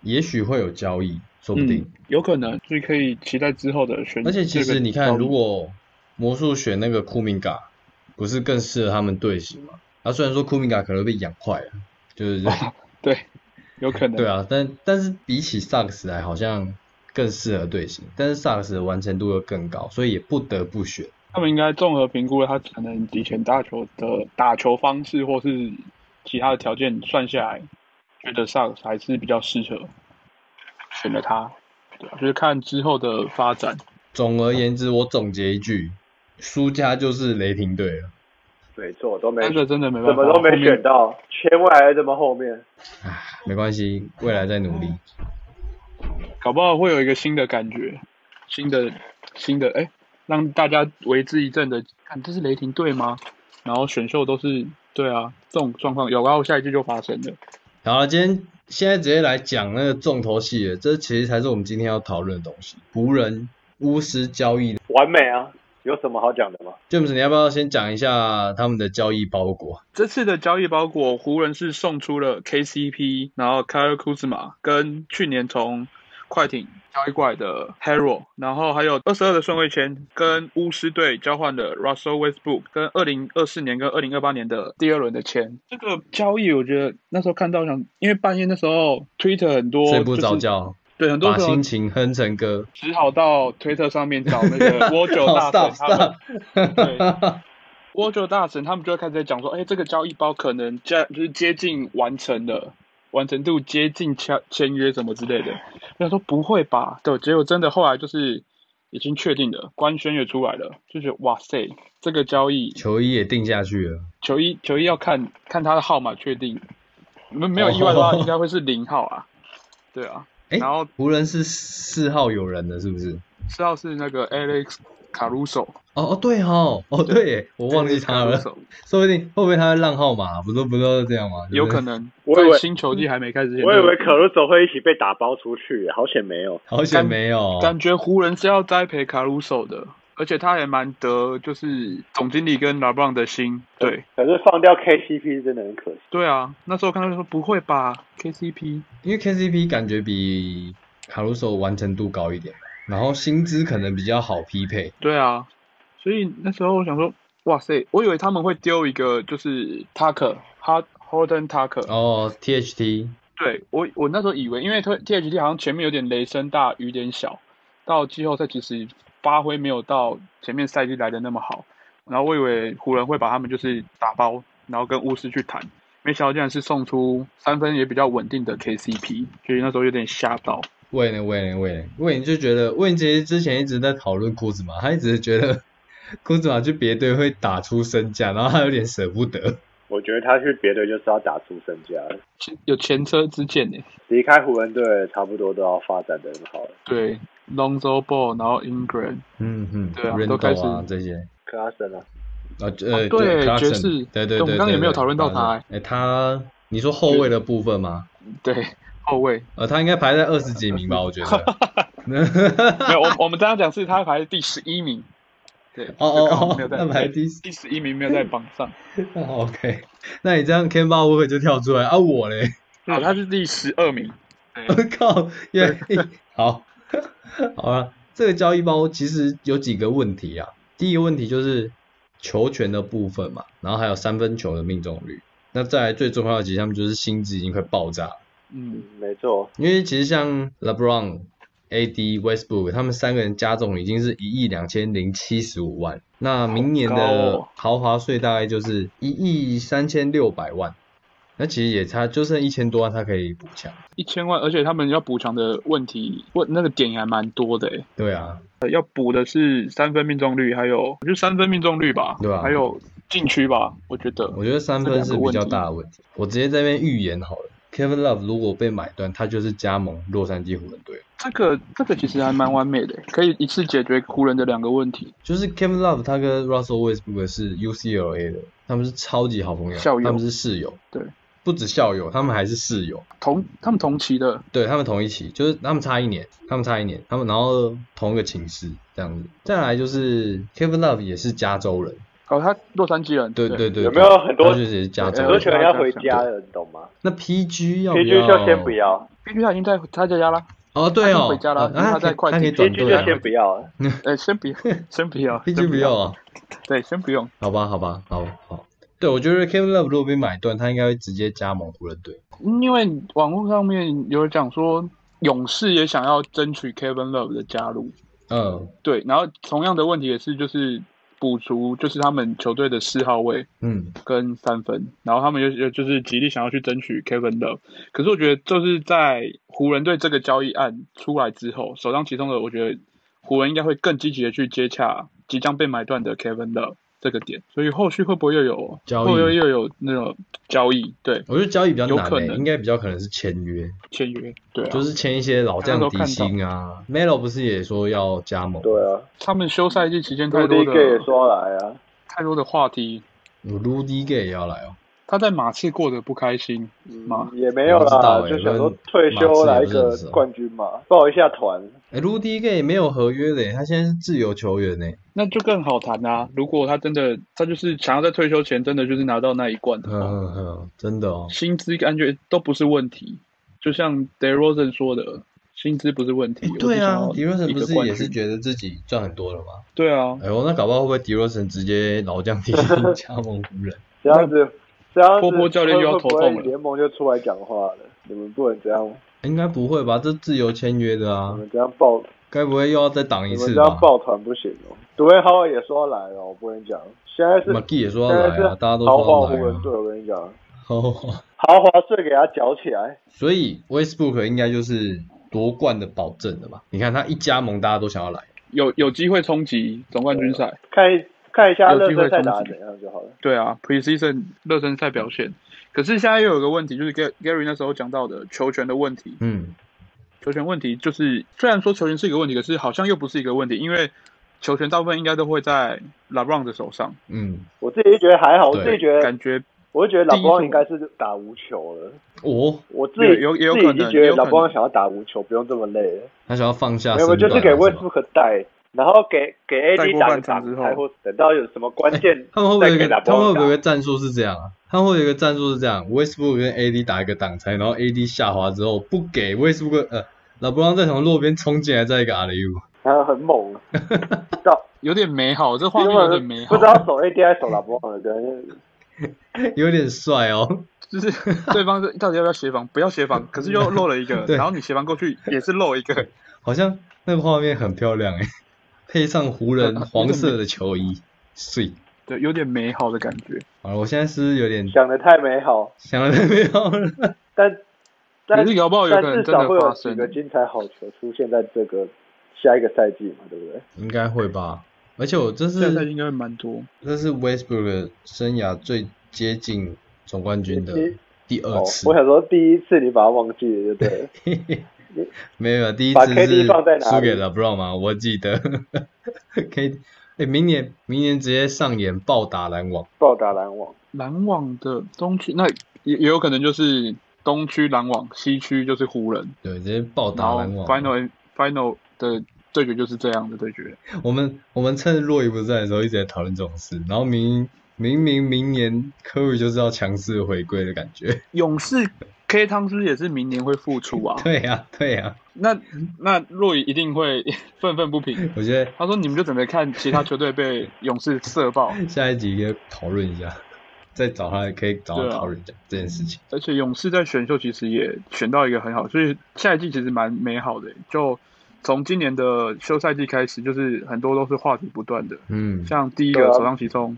Speaker 1: 也许会有交易，说不定。，
Speaker 3: 有可能，所以可以期待之后的选。
Speaker 1: 而且其实你看，
Speaker 3: 嗯这个
Speaker 1: 如果魔术选那个库明嘎，不是更适合他们队形吗？啊，虽然说库明嘎可能被养坏了，就是、
Speaker 3: 对，有可能，
Speaker 1: 对啊，但但是比起萨克斯来，好像更适合队形，但是萨克斯的完成度又更高，所以也不得不选。
Speaker 3: 他们应该综合评估了他可能以前打球的打球方式或是其他的条件算下来，觉得萨还是比较适合，选了他。对啊，就是看之后的发展。
Speaker 1: 总而言之，我总结一句，输家就是雷霆队了。
Speaker 2: 没错，都没
Speaker 3: 那个真的没办
Speaker 2: 怎
Speaker 3: 法，
Speaker 2: 么都没
Speaker 3: 后面
Speaker 2: 选到，签外还这么后面，
Speaker 1: 唉，没关系，未来再努力。
Speaker 3: 搞不好会有一个新的感觉，新的新的哎，让大家为之一振的，看这是雷霆队吗？然后选秀都是对啊，这种状况有，然啊后下一季就发生了。
Speaker 1: 好了，今天现在直接来讲那个重头戏了，这其实才是我们今天要讨论的东西。湖人巫师交易
Speaker 2: 完美啊，有什么好讲的吗？
Speaker 1: ，James，你要不要先讲一下他们的交易包裹？
Speaker 3: 这次的交易包裹，湖人是送出了 KCP，然后 Kyle Kuzma 跟去年从快艇交易过来的 Harrell，然后还有二十二的顺位签跟巫师队交换的 Russell Westbrook，跟二零二四年跟二零二八年的第二轮的签。这个交易我觉得那时候看到想，因为半夜那时候 Twitter 很多
Speaker 1: 睡不
Speaker 3: 就是
Speaker 1: 着觉，
Speaker 3: 对很多
Speaker 1: 把
Speaker 3: 时候
Speaker 1: 心情哼成歌。
Speaker 3: 只好到推特上面找那 个
Speaker 1: 好
Speaker 3: 蜗九大神
Speaker 1: stop
Speaker 3: 他们
Speaker 1: stop，
Speaker 3: 对蜗九大神他们就会开始在讲说，哎、这个交易包可能接就是接近完成了，完成度接近签签约什么之类的。 我想说不会吧？对，结果真的后来就是已经确定了，官宣也出来了，就是哇塞，这个交易
Speaker 1: 球衣也定下去了，
Speaker 3: 球衣球衣要看看他的号码确定，没没有意外的话，应该会是零号啊。对啊，
Speaker 1: 诶
Speaker 3: 然后
Speaker 1: 湖人是四号有人的，是不是？
Speaker 3: 四号是那个 Alex Caruso，
Speaker 1: 哦哦对哦哦对耶，我忘记他了，
Speaker 3: Caruso
Speaker 1: 说不定会不会他会浪号码？不都不都是这样吗？
Speaker 3: 有
Speaker 1: 就是
Speaker 3: 可能
Speaker 2: 我以为
Speaker 3: 在新球季还没开始之前，
Speaker 2: 我以为可鲁索会一起被打包出去，好险没有。
Speaker 1: 好险没有，
Speaker 3: 感觉湖人是要栽培卡鲁索的，而且他也蛮得就是总经理跟拉布朗的心。对
Speaker 2: 可是放掉 KCP 真的很可惜。
Speaker 3: 对啊，那时候看到就说不会吧，KCP
Speaker 1: 因为 KCP 感觉比卡鲁索完成度高一点，然后薪资可能比较好匹配。
Speaker 3: 对啊，所以那时候我想说，哇塞，我以为他们会丢一个就是 Tucker 哈 Holden Tucker，、
Speaker 1: 哦，THT
Speaker 3: 对我我那时候以为，因为 THT 好像前面有点雷声大雨点小，到季后赛其实发挥没有到前面赛季来的那么好，然后我以为湖人会把他们就是打包，然后跟巫师去谈，没想到竟然是送出三分也比较稳定的 KCP，所以那时候有点吓到。
Speaker 1: 喂呢喂呢喂呢喂，你就觉得喂，其实之前一直在讨论库兹马，他一直觉得 库兹马去别队会打出身价，然后他有点舍不得。
Speaker 2: 我觉得他去别的就是要打出身价，
Speaker 3: 有前车之鉴呢，
Speaker 2: 离开湖人队差不多都要发展的很好了。
Speaker 3: 对，Lonzo Ball，然后 Ingram，
Speaker 1: 嗯哼，
Speaker 3: 对啊
Speaker 1: Randle
Speaker 3: 都开始
Speaker 1: 啊这些。
Speaker 2: 克拉森啊，
Speaker 1: 啊，呃，
Speaker 3: 哦对
Speaker 1: Clarkson，
Speaker 3: 爵士
Speaker 1: 对对对
Speaker 3: 对我们刚刚也没有讨论到他
Speaker 1: 哎、诶他你说后卫的部分吗？
Speaker 3: 对，后卫，
Speaker 1: 呃，他应该排在二十几名吧，我觉 得。
Speaker 3: 没有，我我们这样讲是他排第十一名，对，
Speaker 1: 哦哦
Speaker 3: 就刚好
Speaker 1: 哦
Speaker 3: 没有，在
Speaker 1: 他排第四
Speaker 3: 第十一名没有在榜上。
Speaker 1: OK，那你这样 Ken 八会不会就跳出来啊？我嘞，
Speaker 3: 啊，他是第十二名。
Speaker 1: 我靠，耶！好，好了，这个交易包其实有几个问题啊。第一个问题就是球权的部分嘛，然后还有三分球的命中率。那再来最重要的几项就是薪资已经快爆炸了，
Speaker 3: 嗯，
Speaker 2: 没错，
Speaker 1: 因为其实像 LeBron、AD、Westbrook 他们三个人加总已经是一亿两千零七十五万，那明年
Speaker 3: 好高
Speaker 1: 的
Speaker 3: 哦
Speaker 1: 豪华税大概就是一亿三千六百万，那其实也差就剩一千多万，他可以补强。
Speaker 3: 一千万，而且他们要补偿的问题，问那个点也还蛮多的诶。
Speaker 1: 对啊，
Speaker 3: 呃要补的是三分命中率，还有我觉得三分命中率吧，
Speaker 1: 对啊
Speaker 3: 还有禁区吧，我觉得
Speaker 1: 我觉得三分是比较大的问题。我直接在那边预言好了，Kevin Love 如果被买断，他就是加盟洛杉矶湖人队。
Speaker 3: 这个这个其实还蛮完美的，可以一次解决湖人的两个问题。
Speaker 1: 就是 Kevin Love 他跟 Russell Westbrook 是 UCLA 的，他们是超级好朋友，
Speaker 3: 校友
Speaker 1: 他们是室友，
Speaker 3: 对，
Speaker 1: 不止校友，他们还是室友。
Speaker 3: 同他们同期的，
Speaker 1: 对他们同一期，就是他们差一年，他们差一年，他们然后同一个寝室这样子。再来就是 Kevin Love 也是加州人，
Speaker 3: 哦，他洛杉矶人，
Speaker 1: 对对对，
Speaker 2: 有没有很多
Speaker 1: 他就是也是加州
Speaker 3: 对
Speaker 2: 球
Speaker 1: 人？
Speaker 2: 权要回家了，你懂吗
Speaker 1: 那 PG 要不
Speaker 2: ？PG
Speaker 1: 要？
Speaker 2: 就先不。要
Speaker 3: 必须他已经在他在家啦，
Speaker 1: 哦，对
Speaker 3: 他已
Speaker 1: 哦，
Speaker 3: 经回家了
Speaker 1: 哦那
Speaker 3: 因为他在
Speaker 1: 可以
Speaker 3: 快
Speaker 1: 他可以
Speaker 3: 艇
Speaker 1: 转
Speaker 2: ，PG
Speaker 1: 队
Speaker 2: 就
Speaker 1: 啊
Speaker 2: 先不要了。
Speaker 3: 呃，先不先不要
Speaker 1: ，PG 不要，啊。
Speaker 3: 先对，先不用。
Speaker 1: 好吧，好吧，好好。对，我觉得 Kevin Love 如果被买断，他应该会直接加盟湖人队。
Speaker 3: 因为网络上面有讲说，勇士也想要争取 Kevin Love 的加入，
Speaker 1: 嗯
Speaker 3: 对，然后同样的问题也是就是补足就是他们球队的四号位
Speaker 1: 嗯，
Speaker 3: 跟三分，然后他们又又就是极力想要去争取 Kevin Love，可是我觉得就是在湖人队这个交易案出来之后，首当其冲的，我觉得湖人应该会更积极的去接洽即将被买断的 Kevin Love。这个点，所以后续会不会又有，
Speaker 1: 交易
Speaker 3: 会不会又有那种交易？对，
Speaker 1: 我觉得交易比较
Speaker 3: 有
Speaker 1: 难、
Speaker 3: 可
Speaker 1: 欸，
Speaker 3: 能
Speaker 1: 应该比较可能是签约。
Speaker 3: 签约，对啊，
Speaker 1: 就是签一些老将底薪啊。Melo 不是也说要加盟？
Speaker 2: 对啊，
Speaker 3: 他们休赛季期间太多
Speaker 2: Rudy Gay 也
Speaker 3: 的
Speaker 2: 说来啊，
Speaker 3: 太多的话题，
Speaker 1: ，Rudy Gay 也要来哦。
Speaker 3: 他在马刺过得不开心吗
Speaker 2: 嗯？也没有
Speaker 1: 我不知道
Speaker 2: 啦，
Speaker 1: 欸
Speaker 2: 就想说退休来一个冠军嘛，报一下团。
Speaker 1: 哎、卢迪 Gay 也没有合约欸嘞，他现在是自由球员欸呢。
Speaker 3: 那就更好谈啊。如果他真的，他就是想要在退休前真的就是拿到那一冠的
Speaker 1: 呵
Speaker 3: 话，
Speaker 1: 呵呵，嗯真的哦。
Speaker 3: 薪资感觉都不是问题。就像 DeRozan 说的，薪资不是问题。
Speaker 1: 诶对啊
Speaker 3: 我只
Speaker 1: 迪罗
Speaker 3: 想要
Speaker 1: 森
Speaker 3: 一
Speaker 1: 不
Speaker 3: 个
Speaker 1: 是
Speaker 3: 冠
Speaker 1: 也是
Speaker 3: 军
Speaker 1: 觉得自己赚很多了吗？
Speaker 3: 对啊，
Speaker 1: 哎呦，那搞不好会不会迪罗森直接老将提薪 加盟湖人？
Speaker 2: 这样子，这样子，
Speaker 3: 波波教练又要头痛了
Speaker 2: 会不会联盟就出来讲话了，你们不能这样，
Speaker 1: 应该不会吧？这自由签约的啊
Speaker 2: 你，们这样抱，
Speaker 1: 该不会又要再挡
Speaker 2: 嗯你
Speaker 1: 一
Speaker 2: 们
Speaker 1: 次
Speaker 2: 这样
Speaker 1: 吧
Speaker 2: 抱团不行哦。杜威豪也说要来了，我不跟你讲，现在是
Speaker 1: 马季也说要
Speaker 2: 现在
Speaker 1: 来
Speaker 2: 是
Speaker 1: 啊，大家都
Speaker 2: 豪华
Speaker 1: 说要
Speaker 2: 湖
Speaker 1: 来
Speaker 2: 人
Speaker 1: 啊
Speaker 2: 队，我跟你讲，
Speaker 1: 豪华。
Speaker 2: 豪华税给他缴起来。
Speaker 1: 所以 Westbrook 应该就是夺冠的保证了吧？你看他一加盟，大家都想要来。
Speaker 3: 有有机会冲击总冠
Speaker 1: 啊
Speaker 3: 军赛。
Speaker 2: 看一看一下
Speaker 3: 有
Speaker 2: 热
Speaker 3: 机会
Speaker 2: 身赛打
Speaker 3: 冲
Speaker 2: 得
Speaker 3: 击
Speaker 2: 怎样就好了。
Speaker 3: 对啊，preseason 热身赛表现。可是现在又有个问题，就是 Ga- Gary 那时候讲到的球权的问题。
Speaker 1: 嗯，
Speaker 3: 球权问题就是，虽然说球权是一个问题，可是好像又不是一个问题，因为球权大部分应该都会在 LeBron 的手上，
Speaker 1: 嗯，
Speaker 2: 我自己觉得还好，我
Speaker 1: 对
Speaker 2: 自己觉得，
Speaker 3: 感觉
Speaker 2: 我就觉得
Speaker 3: 第
Speaker 2: 老
Speaker 3: 一
Speaker 2: 光
Speaker 3: 是
Speaker 2: 应该是打无球了。
Speaker 1: 哦，
Speaker 2: 我自己
Speaker 3: 有有也有
Speaker 2: 自己
Speaker 3: 可
Speaker 2: 已
Speaker 3: 能
Speaker 2: 经觉
Speaker 3: 也
Speaker 2: 得
Speaker 3: 有可
Speaker 2: 老
Speaker 3: 能
Speaker 2: 光想要打无球，不用这么累了。
Speaker 1: 他想要放下
Speaker 2: 没有，
Speaker 1: 身
Speaker 2: 就是
Speaker 1: 段
Speaker 2: 给
Speaker 1: 啊是吧
Speaker 2: Westbrook 带，然后给给
Speaker 3: 带
Speaker 2: AD
Speaker 3: 过
Speaker 2: 打
Speaker 3: 半
Speaker 2: 个
Speaker 3: 场
Speaker 2: 挡
Speaker 3: 之后
Speaker 2: 拆，或等到有什么关 键
Speaker 1: 他们会不
Speaker 2: 再
Speaker 1: 会有一
Speaker 2: 给老
Speaker 1: 个他们会
Speaker 2: 光
Speaker 1: 不
Speaker 2: 打
Speaker 1: 会。有一个战术是这样啊？他们会有一个战术是这样，Westbrook 跟 AD 打一个挡拆，然后 AD 下滑之后不给 Westbrook 呃，老布朗再从落边冲进来，再一个 RU，
Speaker 2: 然后很猛，到
Speaker 3: 有点美好，这画
Speaker 2: 因
Speaker 3: 面
Speaker 2: 为
Speaker 3: 有点美
Speaker 2: 不
Speaker 3: 好
Speaker 2: 知，道守 AD 还是守老光的，可能
Speaker 1: 有点帅哦。
Speaker 3: 就是 对方是到底要不要协防， 不要协防，可是又漏了一个，
Speaker 1: 对
Speaker 3: 然后你协防过去也是漏一个，
Speaker 1: 好像那个画面很漂亮诶， 配上湖人黄色的球衣，碎。
Speaker 3: 对，有点美好的感觉。
Speaker 1: 好了，我现在是不是有点
Speaker 2: 想的太美好，
Speaker 1: 想的太美好了。
Speaker 2: 但
Speaker 3: 可
Speaker 2: 但
Speaker 3: 是搞不好有
Speaker 2: 但
Speaker 3: 可能
Speaker 2: 至
Speaker 3: 真的
Speaker 2: 少会有
Speaker 3: 发
Speaker 2: 几
Speaker 3: 生，
Speaker 2: 个精彩好球出现在这个下一个赛季嘛，对不对？
Speaker 1: 应该会吧。而且我这
Speaker 3: 现在应
Speaker 1: 是
Speaker 3: 该会蛮多。
Speaker 1: 这是 Westbrook 的生涯最接近总冠军的
Speaker 2: 第
Speaker 1: 第二
Speaker 2: 哦
Speaker 1: 次，
Speaker 2: 我想说第一次你把它忘记了，对不对？
Speaker 1: 没有啊第一
Speaker 2: 把
Speaker 1: 次
Speaker 2: KD
Speaker 1: 是
Speaker 2: 放在哪里
Speaker 1: 输给 LeBron 嘛，我记得 KD。哎、明年明年直接上演暴打篮网，
Speaker 2: 暴打篮网，
Speaker 3: 篮网的东区，那也也有可能就是东区篮网，西区就是湖人，
Speaker 1: 对，直接暴
Speaker 3: 然
Speaker 1: 打
Speaker 3: 后
Speaker 1: 篮网。
Speaker 3: final final 的对决就是这样的对决。
Speaker 1: 我们我们趁若雨不在的时候一直在讨论这种事，然后明明明明年科瑞就是要强势回归的感觉。
Speaker 3: 勇士 K 汤是不是也是明年会复 出啊？
Speaker 1: 对呀、对呀、
Speaker 3: 那那若雨一定会愤愤不平。
Speaker 1: 我觉得
Speaker 3: 他说：“你们就准备看其他球队被勇士 射爆，
Speaker 1: 下一集可以讨论一下， 再找他可以找他
Speaker 3: 对啊
Speaker 1: 讨论一下这件事情。
Speaker 3: 而且勇士在选秀其实也选到一个很好，所以下一季其实蛮美好的。就从今年的休赛季开始，就是很多都是话题不断的，
Speaker 1: 嗯，
Speaker 3: 像第一
Speaker 2: 对
Speaker 3: 个
Speaker 2: 啊
Speaker 3: 首当其冲，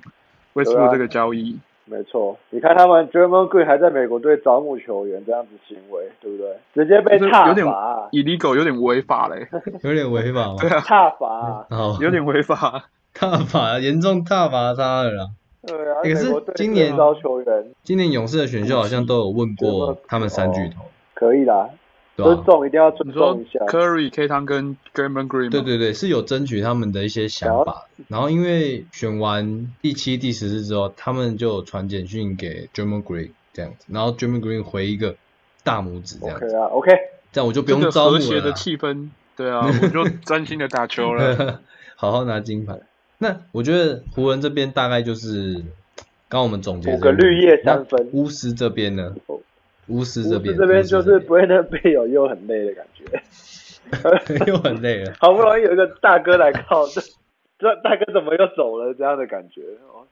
Speaker 3: 威斯布这个交易，
Speaker 2: 没错。你看他们 d r a m o n Green 还在美国队招募球员这样子行为，对不对？直接被
Speaker 3: 就是
Speaker 2: 踏
Speaker 3: 有点
Speaker 2: 罚，
Speaker 3: illegal 有点违 法嘞，
Speaker 1: 有点违法
Speaker 3: 对
Speaker 1: 嘛。
Speaker 3: 啊，
Speaker 2: 踏罚。
Speaker 1: 好，
Speaker 3: 有点违法。
Speaker 1: 踏伐严重踏伐他了啦。
Speaker 2: 对啊，
Speaker 1: 欸可是
Speaker 2: 美国队
Speaker 1: 今年
Speaker 2: 招球员
Speaker 1: 今年勇士的选秀好像都有问过他们三巨
Speaker 3: 哦
Speaker 1: 头，
Speaker 2: 可以啦，
Speaker 1: 对吧、
Speaker 2: 尊重一定要尊
Speaker 3: 你说
Speaker 2: 重一下。
Speaker 3: Curry、K 汤跟 g a m b o n Green，吗
Speaker 1: 对对对，是有争取他们的一些想法。然后因为选完第七、第十次之后，他们就有传简讯给 d r a m o n Green 这样子，然后 d r a m o n Green 回一个大拇指这样
Speaker 2: OK
Speaker 1: 子，
Speaker 2: 啊，OK，
Speaker 1: 这样我就不
Speaker 3: 这
Speaker 1: 用
Speaker 3: 个
Speaker 1: 招募
Speaker 3: 和
Speaker 1: 了
Speaker 3: 谐
Speaker 1: 啦
Speaker 3: 的。气氛，对啊，我就专心的打球了。
Speaker 1: 好好拿金牌。那我觉得湖人这边大概就是，刚刚我们总结
Speaker 2: 五个绿叶三分哦
Speaker 1: 那巫师这边呢？巫师这
Speaker 2: 巫
Speaker 1: 边，
Speaker 2: 师这边就是
Speaker 1: 巫
Speaker 2: 不会那队友又很累的感觉，
Speaker 1: 师这边 又很累了。
Speaker 2: 好不容易有一个大哥来靠， 这这大哥怎么又走了这样的感觉。哦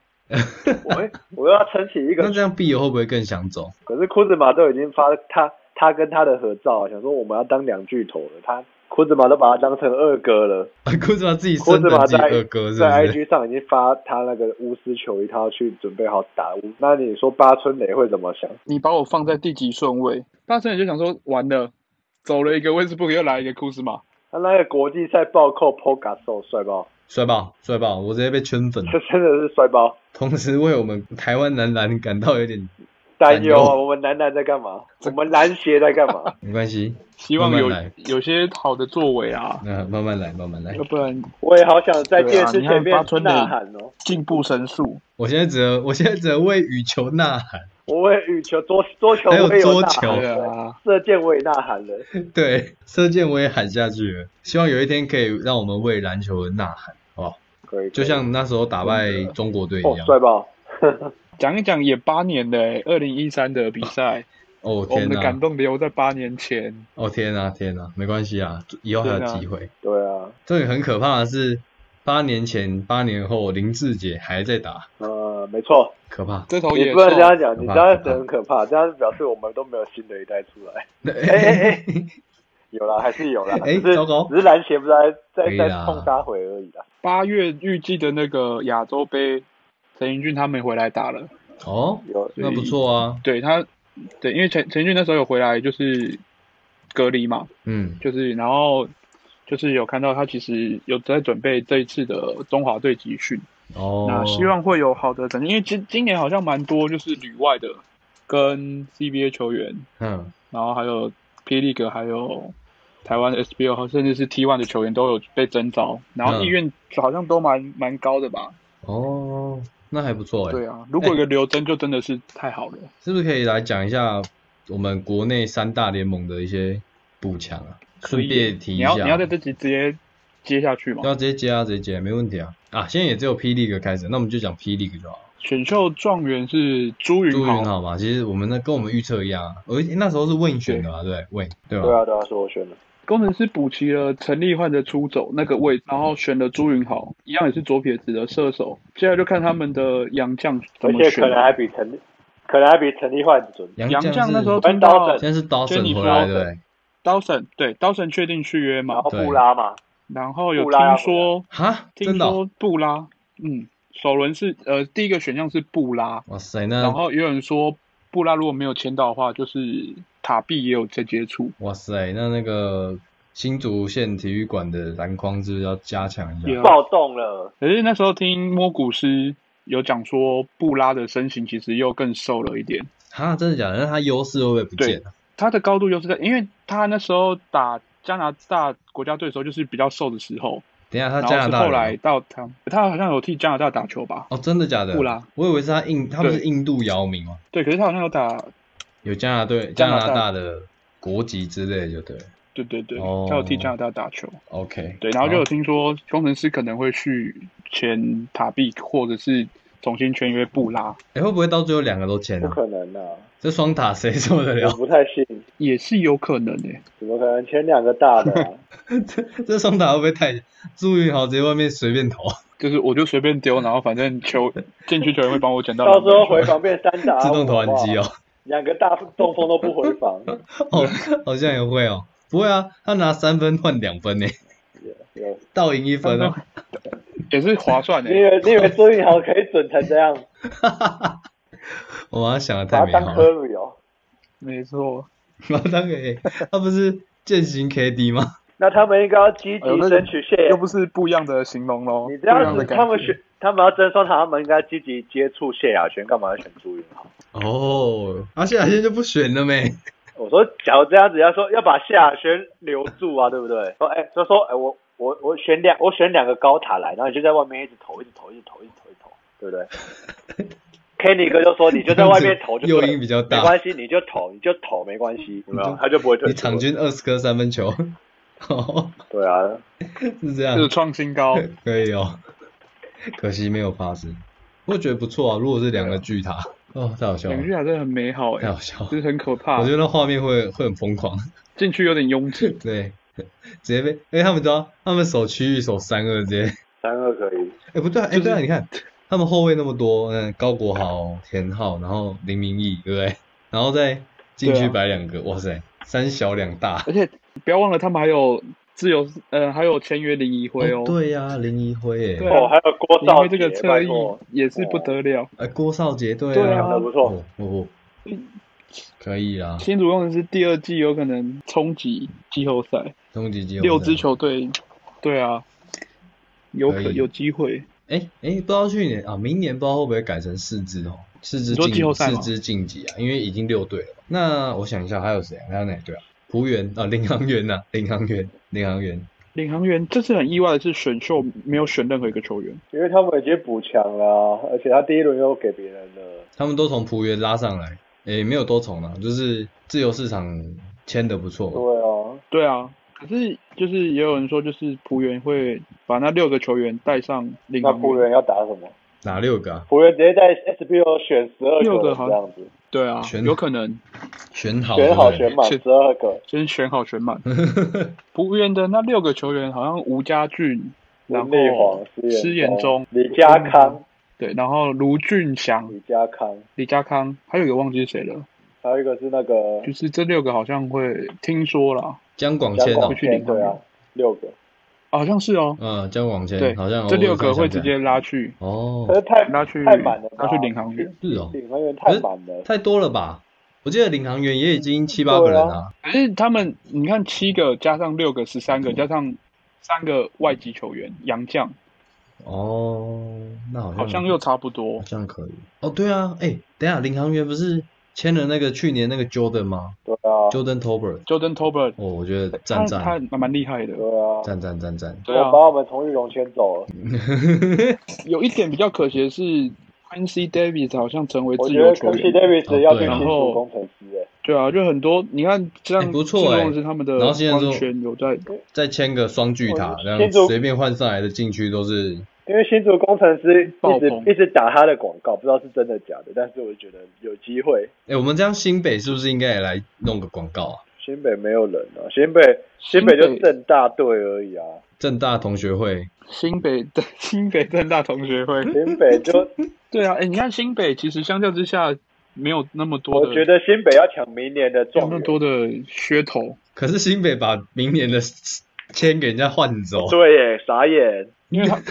Speaker 2: 我 我又要撑起一个
Speaker 1: 那这样 B 友会不会更想走？
Speaker 2: 可是库兹马都已经发他他跟他的合照，想说我们要当两巨头了。他库兹马都把他当成二哥了。
Speaker 1: 啊库兹马自己
Speaker 2: 库
Speaker 1: 升
Speaker 2: 兹
Speaker 1: 等
Speaker 2: 马
Speaker 1: 自己
Speaker 2: 在
Speaker 1: 二哥是
Speaker 2: 在
Speaker 1: 不是？
Speaker 2: IG 上已经发他那个巫师球衣，他要去准备好打巫。那你说八村垒会怎么想？
Speaker 3: 你把我放在第几顺位？大声也就想说，完了，走了一个威斯布鲁克，又来一个库斯马，
Speaker 2: 他啊那个国际赛暴扣 Poga 受帅爆，
Speaker 1: 帅爆帅爆！我直接被圈粉，
Speaker 2: 这真的是帅爆。
Speaker 1: 同时为我们台湾男篮感到有点
Speaker 2: 担忧
Speaker 1: 担
Speaker 2: 啊！
Speaker 1: 忧
Speaker 2: 我们男篮在干嘛？我们篮协在干嘛？
Speaker 1: 没关系，
Speaker 3: 希望
Speaker 1: 慢
Speaker 3: 有
Speaker 1: 慢来
Speaker 3: 有些好的作为啊，
Speaker 1: 那、慢慢来，慢慢来
Speaker 3: 要。不然
Speaker 2: 我也好想在
Speaker 3: 对
Speaker 2: 电
Speaker 3: 啊
Speaker 2: 视
Speaker 3: 你看
Speaker 2: 前面
Speaker 3: 八村垒
Speaker 2: 呐喊哦！
Speaker 3: 进步神速。
Speaker 1: 我现在只能我现在只能为羽球呐喊，
Speaker 2: 我为羽球、桌桌球
Speaker 1: 还有
Speaker 2: 我也
Speaker 1: 桌
Speaker 2: 呐
Speaker 1: 球
Speaker 2: 喊
Speaker 3: 对
Speaker 2: 了，
Speaker 3: 啊，
Speaker 2: 射箭我也呐喊了。
Speaker 1: 对，射箭我也喊下去了，希望有一天可以让我们为篮球而呐喊，好不好？
Speaker 2: 可以，
Speaker 1: 就像那时候打败
Speaker 3: 真的
Speaker 1: 中国队一
Speaker 2: 哦，
Speaker 1: 样。
Speaker 2: 帅爆！
Speaker 3: 讲一讲也八年嘞，二零一三的比 赛，
Speaker 1: 哦
Speaker 3: 我
Speaker 1: 天
Speaker 3: 们的
Speaker 1: 哪
Speaker 3: 感！动留在八年前。
Speaker 1: 哦天哪！天哪！没关系啊，以后还
Speaker 3: 天
Speaker 1: 有
Speaker 3: 哪
Speaker 1: 机会。
Speaker 2: 对啊，
Speaker 1: 这个很可怕的是，八年前、八年后，林志杰还在打，
Speaker 2: 呃，没错，
Speaker 1: 可怕。
Speaker 3: 这头
Speaker 2: 你
Speaker 3: 也
Speaker 2: 不能这样
Speaker 3: 臭，
Speaker 1: 可
Speaker 2: 讲，你
Speaker 1: 怕
Speaker 2: 这样
Speaker 1: 可怕
Speaker 2: 很可怕，这样表示我们都没有新的一代出 来。
Speaker 1: 哎
Speaker 2: 哎哎，有啦，还是有啦，
Speaker 1: 哎
Speaker 2: 只是
Speaker 1: 糟糕哎
Speaker 2: 只是篮协不知道在
Speaker 1: 可以
Speaker 2: 在
Speaker 1: 啦
Speaker 2: 碰杀回而已啦。
Speaker 3: 八月预计的那个亚洲杯，陈英俊他们回来打了。
Speaker 1: 哦，
Speaker 2: 有
Speaker 1: 那不错啊。
Speaker 3: 对他，对，因为陈陈俊那时候有回来，就是隔离嘛，
Speaker 1: 嗯，
Speaker 3: 就是然后就是有看到他其实有在准备这一次的中华队集训，
Speaker 1: 哦，
Speaker 3: 那希望会有好的成绩，因为今今年好像蛮多就是旅外的跟 CBA 球员，
Speaker 1: 嗯，
Speaker 3: 然后还有霹雳哥，还有台湾 SBO，甚至是 T1 的球员都有被征召，然后
Speaker 1: 嗯
Speaker 3: 意愿好像都蛮蛮高的吧？
Speaker 1: 哦，那还不错哎。
Speaker 3: 对啊，如果有个刘真就真的是太好了。
Speaker 1: 是不是可以来讲一下我们国内三大联盟的一些补强啊？顺便提一
Speaker 3: 你
Speaker 1: 下，
Speaker 3: 要你要在这集直接接下去吗？
Speaker 1: 要直接接啊，直接接，没问题啊。啊，现在也只有 P League 开始，那我们就讲 P League 就好了。
Speaker 3: 选秀状元是朱
Speaker 1: 朱
Speaker 3: 云
Speaker 1: 云
Speaker 3: 豪，
Speaker 1: 好嘛，其实我们那跟我们预测一样啊，而那时候是问选的嘛，对问对吧？
Speaker 2: 对啊对啊，是我选的。
Speaker 3: 工程师补齐了陈立焕的出走那个位置，然后选了朱云豪，一样也是左撇子的射手。现在就看他们的杨将
Speaker 2: 而
Speaker 3: 怎么
Speaker 2: 且
Speaker 3: 选
Speaker 1: 啊
Speaker 2: 可。能还比陈，可能还比陈立焕准。
Speaker 1: 杨
Speaker 3: 杨
Speaker 1: 将
Speaker 3: 将
Speaker 1: 是
Speaker 3: 那时候
Speaker 2: 是
Speaker 3: 听到
Speaker 1: 现在是 Dawson
Speaker 3: Jennifer
Speaker 1: 回来的欸，
Speaker 3: Dawson 对 Dawson 确定续约
Speaker 2: 然
Speaker 3: 嘛
Speaker 2: 后，
Speaker 1: 对
Speaker 2: 布拉嘛，
Speaker 3: 然后有
Speaker 2: 布拉
Speaker 3: 听
Speaker 2: 要
Speaker 3: 说
Speaker 1: 哈，
Speaker 3: 听
Speaker 1: 真的哦、
Speaker 3: 说布拉，嗯，首轮是呃第一个选项是布拉，
Speaker 1: 哇塞，
Speaker 3: 然
Speaker 1: 那
Speaker 3: 后也有人说布拉如果没有签到的话，就是塔碧也有在接触，
Speaker 1: 哇塞，那那个新竹县体育馆的篮筐是不是要加强一
Speaker 3: 也
Speaker 1: 下？
Speaker 3: 要
Speaker 2: 暴动了，
Speaker 3: 可是那时候听摸骨师有讲说，布拉的身形其实又更瘦了一点。
Speaker 1: 哈，真的假的？那他优势会不会不见啊了？
Speaker 3: 他的高度优势在，因为他那时候打加拿大国家队的时候，就是比较瘦的时候，
Speaker 1: 等一下他
Speaker 3: 然
Speaker 1: 加拿
Speaker 3: 后是
Speaker 1: 大
Speaker 3: 后
Speaker 1: 人
Speaker 3: 来到他，他好像有替加拿大打球吧？
Speaker 1: 哦，真的假的？
Speaker 3: 布拉，
Speaker 1: 我以为是他印，他们是
Speaker 3: 对
Speaker 1: 印度姚明哦，
Speaker 3: 对，可是他好像有打，
Speaker 1: 有加拿队、加
Speaker 3: 加拿
Speaker 1: 拿
Speaker 3: 大
Speaker 1: 大的国籍之类的就对了。
Speaker 3: 对对对，
Speaker 1: 哦
Speaker 3: 他有替加拿大打球，
Speaker 1: OK，
Speaker 3: 对，然后就有
Speaker 1: 好
Speaker 3: 听说工程师可能会去签塔碧，或者是重新签约布拉，
Speaker 1: 哎、会不会到最后两个都签
Speaker 2: 不
Speaker 1: 了、
Speaker 2: 可能啊，
Speaker 1: 这双塔谁受得
Speaker 2: 我
Speaker 1: 了？
Speaker 2: 不太信，
Speaker 3: 也是有可能欸诶、
Speaker 2: 怎么可能签两个大 的啊？
Speaker 1: 这这双塔会不会太？朱云豪直接外面随便投，
Speaker 3: 就是我就随便丢，然后反正 球进去球员会帮我嗯捡到
Speaker 2: 到
Speaker 3: 篮
Speaker 2: 时候
Speaker 3: 板球。
Speaker 2: 回防变三打，
Speaker 1: 自动投篮机
Speaker 2: 好不好，
Speaker 1: 哦，
Speaker 2: 两个大中锋都不回 防，
Speaker 1: 哦，
Speaker 3: 啊
Speaker 1: 好像也会哦。不会啊，他拿三分换两分呢，
Speaker 2: 有
Speaker 1: 倒赢一分哦。
Speaker 3: 也是划 算 的、欸
Speaker 2: 你以为你以为朱云豪可以准成这样，
Speaker 1: 我把他想的 太
Speaker 2: 把
Speaker 1: 美
Speaker 2: 他当
Speaker 1: 好了，
Speaker 2: Curry 哦？
Speaker 3: 没错，
Speaker 1: 把他当给他不是践行 KD 吗？
Speaker 2: 那他们应该要积
Speaker 3: 哎呦那
Speaker 2: 极
Speaker 3: 个
Speaker 2: 争取谢
Speaker 3: 又不是不一样的形容喽。
Speaker 2: 你
Speaker 3: 不
Speaker 2: 这
Speaker 3: 一样
Speaker 2: 样
Speaker 3: 的
Speaker 2: 子，
Speaker 3: 感
Speaker 2: 他们
Speaker 3: 觉
Speaker 2: 选他们要争双塔，他们应该积极接触谢亚轩，干嘛要选朱云豪？
Speaker 1: 哦，阿谢亚现在就不选了没？
Speaker 2: 我说，假如这样子，要说要把谢亚轩留住啊，对不对？说，哎、就说，哎、我我我选两，我选两个高塔来，然后你就在外面一直投，一直投，一直投，一直投，一直投，对不对 ？Kenny 哥就说，你就在外面投就
Speaker 1: 诱
Speaker 2: 对
Speaker 1: 因
Speaker 2: 了，
Speaker 1: 比较
Speaker 2: 没
Speaker 1: 大，
Speaker 2: 关系，你就投，你就投，没关系，有没
Speaker 1: 你
Speaker 2: 有？
Speaker 1: 就
Speaker 2: 他就不会退
Speaker 1: 你
Speaker 2: 出
Speaker 1: 场
Speaker 2: 了。
Speaker 1: 均二十颗三分球，哦，
Speaker 2: 对啊，
Speaker 1: 是这样
Speaker 3: 就是，创新高，
Speaker 1: 可以哦。可惜没有发生，我觉得不错啊。如果是两个巨塔，哦，太好笑了
Speaker 3: 两，句还是很美好哎、
Speaker 1: 太好笑
Speaker 3: 就
Speaker 1: 了。
Speaker 3: 是很可怕
Speaker 1: 啊我觉，得那画面会会很疯狂，
Speaker 3: 进去有点 拥挤。
Speaker 1: 对，直接被，因为他们知道他们守区域守三二直接，
Speaker 2: 三二可以，
Speaker 1: 哎、不对、啊，哎、
Speaker 3: 就是
Speaker 1: 对啊，你看他们后卫那么多，嗯，高国豪、田浩，然后林明义，对不对？ 然后再进
Speaker 3: 对
Speaker 1: 去
Speaker 3: 啊
Speaker 1: 摆两个，哇塞，三小两大。
Speaker 3: 而且不要忘了，他们还有自由，呃，还有签约林怡辉哦。
Speaker 1: 哦对呀、林怡辉，
Speaker 3: 对
Speaker 1: 哎，
Speaker 3: 啊
Speaker 2: 哦，还有郭
Speaker 3: 林怡
Speaker 2: 少
Speaker 3: 辉
Speaker 2: 杰
Speaker 3: 这个侧
Speaker 2: 拜
Speaker 3: 翼
Speaker 2: 托哦
Speaker 3: 也是不得了。
Speaker 1: 呃，郭少杰，对
Speaker 3: 对
Speaker 2: 讲
Speaker 3: 啊
Speaker 2: 的不错，
Speaker 1: 哦哦哦
Speaker 3: 嗯
Speaker 1: 可以啦，
Speaker 3: 新竹工程师第二季有可能冲击季后赛，
Speaker 1: 终极季后赛
Speaker 3: 六支。球队，对啊，有可
Speaker 1: 可以
Speaker 3: 有机会。
Speaker 1: 哎哎，不知道去年啊，明年不知道会不会改成四支哦，四支
Speaker 3: 你说季
Speaker 1: 晋
Speaker 3: 后赛
Speaker 1: 四
Speaker 3: 吗
Speaker 1: 支晋级啊，因为已经六队了嘛。那我想一下，还有谁啊？还有哪一队啊？湖源啊，领航员呐，领航员，领航员。
Speaker 3: 领航员这次很意外的是选秀没有选任何一个球员，
Speaker 2: 因为他们已经补强了啊、而且他第一轮又给别人了，
Speaker 1: 他们都从璞园拉上来，也没有多从啊，就是自由市场签的不
Speaker 3: 哦
Speaker 1: 错。
Speaker 2: 对啊，
Speaker 3: 对啊，可是就是也有人说，就是浦原会把那六个球员带上领
Speaker 2: 那
Speaker 3: 航
Speaker 2: 湖
Speaker 3: 员，
Speaker 2: 人要打什么？
Speaker 1: 哪六个啊？
Speaker 2: 湖人直接在 SBO 选十二
Speaker 3: 六
Speaker 2: 个
Speaker 3: 个好
Speaker 2: 这样子，
Speaker 3: 对啊
Speaker 1: 全，
Speaker 3: 有可能
Speaker 1: 选好，
Speaker 2: 选好
Speaker 1: 对
Speaker 2: 选满
Speaker 3: 是
Speaker 2: 十二个，
Speaker 3: 先选好 选满。
Speaker 1: 不对
Speaker 3: 浦原的那六个球员好像吴家俊，然
Speaker 2: 文立
Speaker 3: 后
Speaker 2: 煌、施
Speaker 3: 施嗯延
Speaker 2: 中
Speaker 3: 中、、
Speaker 2: 李家康、
Speaker 3: 对，然后卢俊祥、
Speaker 2: 李家康，
Speaker 3: 李家康，还有一个忘记是谁了，
Speaker 2: 还有一个是那个
Speaker 3: 就是这六个好像会听说啦，
Speaker 1: 江广
Speaker 2: 江
Speaker 1: 签
Speaker 2: 广
Speaker 1: 哦，
Speaker 3: 去领
Speaker 2: 宪，
Speaker 3: 航
Speaker 2: 对
Speaker 3: 员
Speaker 2: 啊，六个，
Speaker 3: 好像是哦，
Speaker 1: 嗯，江广
Speaker 3: 对
Speaker 1: 签，好像
Speaker 3: 这
Speaker 1: 我
Speaker 3: 六
Speaker 1: 有看
Speaker 3: 个会
Speaker 1: 一下
Speaker 3: 直接呃拉去
Speaker 2: 可
Speaker 1: 哦，
Speaker 2: 是太
Speaker 3: 拉去
Speaker 2: 太满了吧，
Speaker 3: 拉去领航员，
Speaker 1: 是哦，
Speaker 2: 领航员太满了，
Speaker 1: 太多了吧？我记得领航员也已
Speaker 3: 嗯
Speaker 1: 经七八个人啊
Speaker 2: 对
Speaker 1: 了、
Speaker 3: 可是他们你看七个加上六个十三
Speaker 1: 嗯
Speaker 3: 个加上三个外籍球员洋将，
Speaker 1: 哦，那好像
Speaker 3: 好像又差不多
Speaker 1: 好。像可以哦，对啊，哎、等一下领航员不是签了那个去年那个 Jordan 吗
Speaker 2: 对啊，
Speaker 1: ？Jordan Tobert，
Speaker 3: Jordan Tobert，
Speaker 1: 哦，我觉得
Speaker 3: 他
Speaker 1: 赞
Speaker 3: 他
Speaker 1: 赞
Speaker 3: 蛮蛮厉害的。
Speaker 2: 对啊，
Speaker 1: 赞赞赞赞，
Speaker 3: 对啊
Speaker 2: 我，把我们从玉龙圈走了，
Speaker 3: 有一点比较可惜的是 Quincy Davis 好像成为
Speaker 2: 我
Speaker 3: 自
Speaker 2: 觉
Speaker 3: 由
Speaker 2: 得
Speaker 3: 球
Speaker 2: Quincy
Speaker 3: 员。
Speaker 1: 哦
Speaker 2: Davis 要去
Speaker 1: 对啊
Speaker 2: 新竹工程师，哎，
Speaker 3: 对啊，就很多你看这样
Speaker 1: 哎，不错哎
Speaker 3: 是他们的
Speaker 1: 然后现在说
Speaker 3: 完全有在
Speaker 1: 再签个双巨塔
Speaker 2: 我，
Speaker 1: 然
Speaker 2: 哦先走
Speaker 1: 后随便换上来的禁区都是
Speaker 2: 因为新竹工程师一
Speaker 3: 爆
Speaker 2: 直
Speaker 3: 棚
Speaker 2: 一直打他的广告，不知道是真的假的，但是我觉得有机会。
Speaker 1: 哎、我们这样新北是不是应该也来弄个广告啊？
Speaker 2: 新北没有人啊，新北新北就正大队而已啊，
Speaker 1: 正大同学会，
Speaker 3: 新北的 新北正大同学会。
Speaker 2: 新北 就
Speaker 3: 对啊，哎，你看新北其实相较之下没有那么多的，
Speaker 2: 我觉得新北要抢明年的
Speaker 3: 没有
Speaker 2: 状
Speaker 3: 那么
Speaker 2: 元，
Speaker 3: 多的噱头。
Speaker 1: 可是新北把明年的签给人家换 走，
Speaker 2: 对耶，傻眼，
Speaker 3: 因为他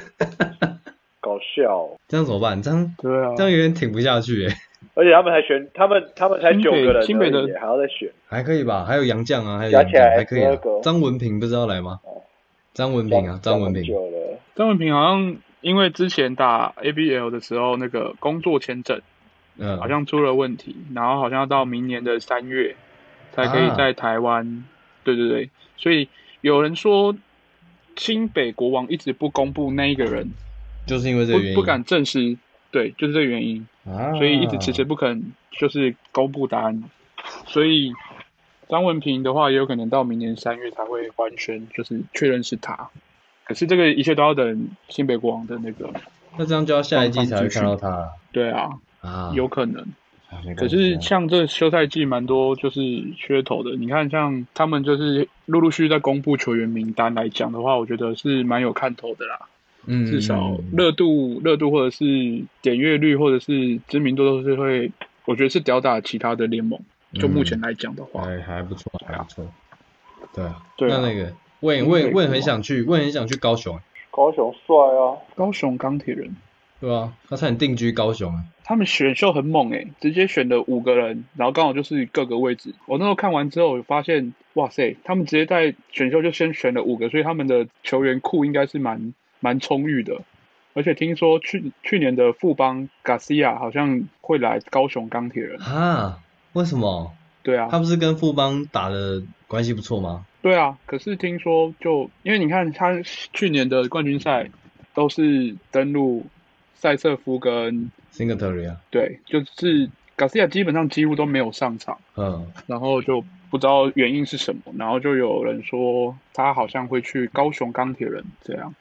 Speaker 2: 搞笑哦、
Speaker 1: 这样怎么办？这样
Speaker 3: 对啊
Speaker 1: 这，样有点挺不下去哎、
Speaker 2: 而且他们还选他们他们才
Speaker 3: 新
Speaker 2: 九
Speaker 3: 北
Speaker 2: 个人
Speaker 3: 新北的
Speaker 2: 而已耶还要再选，
Speaker 1: 还可以吧？还有杨绛啊，还有
Speaker 2: 加
Speaker 1: 杨
Speaker 2: 起来
Speaker 1: 绛，还可以、
Speaker 2: 12
Speaker 1: 啊
Speaker 2: 个。哦
Speaker 1: 张文平不是要来吗？张文平啊，
Speaker 2: 讲
Speaker 1: 张文
Speaker 2: 很
Speaker 1: 平，
Speaker 2: 久了，
Speaker 3: 张文平好像因为之前打 ABL 的时候那个工作签证
Speaker 1: 嗯，
Speaker 3: 好像出了问题，然后好像要到明年的三月才可以
Speaker 1: 啊
Speaker 3: 在台湾。对对对，所以有人说新北国王一直不公布那一个人，
Speaker 1: 就是因为这个原
Speaker 3: 不
Speaker 1: 因，
Speaker 3: 不敢证实，对，就是这个原因，
Speaker 1: 啊，
Speaker 3: 所以一直迟迟不肯就是公布答案。所以张文平的话，也有可能到明年三月才会官宣，就是确认是他。可是这个一切都要等新北国王的那个，
Speaker 1: 那这样就要下一季才会看到他了
Speaker 3: 对啊，
Speaker 1: 啊，
Speaker 3: 有可能。
Speaker 1: 啊没
Speaker 3: 可
Speaker 1: 关系
Speaker 3: 是
Speaker 1: 啊
Speaker 3: 像这休赛季蛮多就是噱头的，你看像他们就是陆陆续续在公布球员名单来讲的话，我觉得是蛮有看头的啦。
Speaker 1: 嗯
Speaker 3: 至少
Speaker 1: 嗯
Speaker 3: 热度、热度或者是点阅率或者是知名度都是会，我觉得是吊打其他的联盟。就目前来讲的话，
Speaker 1: 还哎还不错，还不错，对啊，
Speaker 3: 对啊
Speaker 1: 那那个问
Speaker 3: 新北
Speaker 1: 问问
Speaker 3: 国
Speaker 1: 很
Speaker 3: 王
Speaker 1: 想去，问很想去高雄，欸
Speaker 2: 高雄帅啊，
Speaker 3: 高雄钢铁人
Speaker 1: 对吧、他差点定居高雄啊，
Speaker 3: 他们选秀很猛诶、欸直接选了五个人，然后刚好就是各个位置。我那时候看完之后，我发现哇塞，他们直接在选秀就先选了五个，所以他们的球员库应该是蛮蛮充裕的。而且听说去去年的富邦 Garcia 好像会来高雄钢铁人，
Speaker 1: 啊，为什么？
Speaker 3: 对啊，
Speaker 1: 他不是跟富邦打的关系不错吗？
Speaker 3: 对啊，可是听说就因为你看他去年的冠军赛都是登陆塞瑟夫跟
Speaker 1: s i n g l e t a r y 啊，
Speaker 3: 对，就是garcia 基本上几乎都没有上场，
Speaker 1: 嗯，
Speaker 3: 然后就不知道原因是什么，然后就有人说他好像会去高雄钢铁人这样，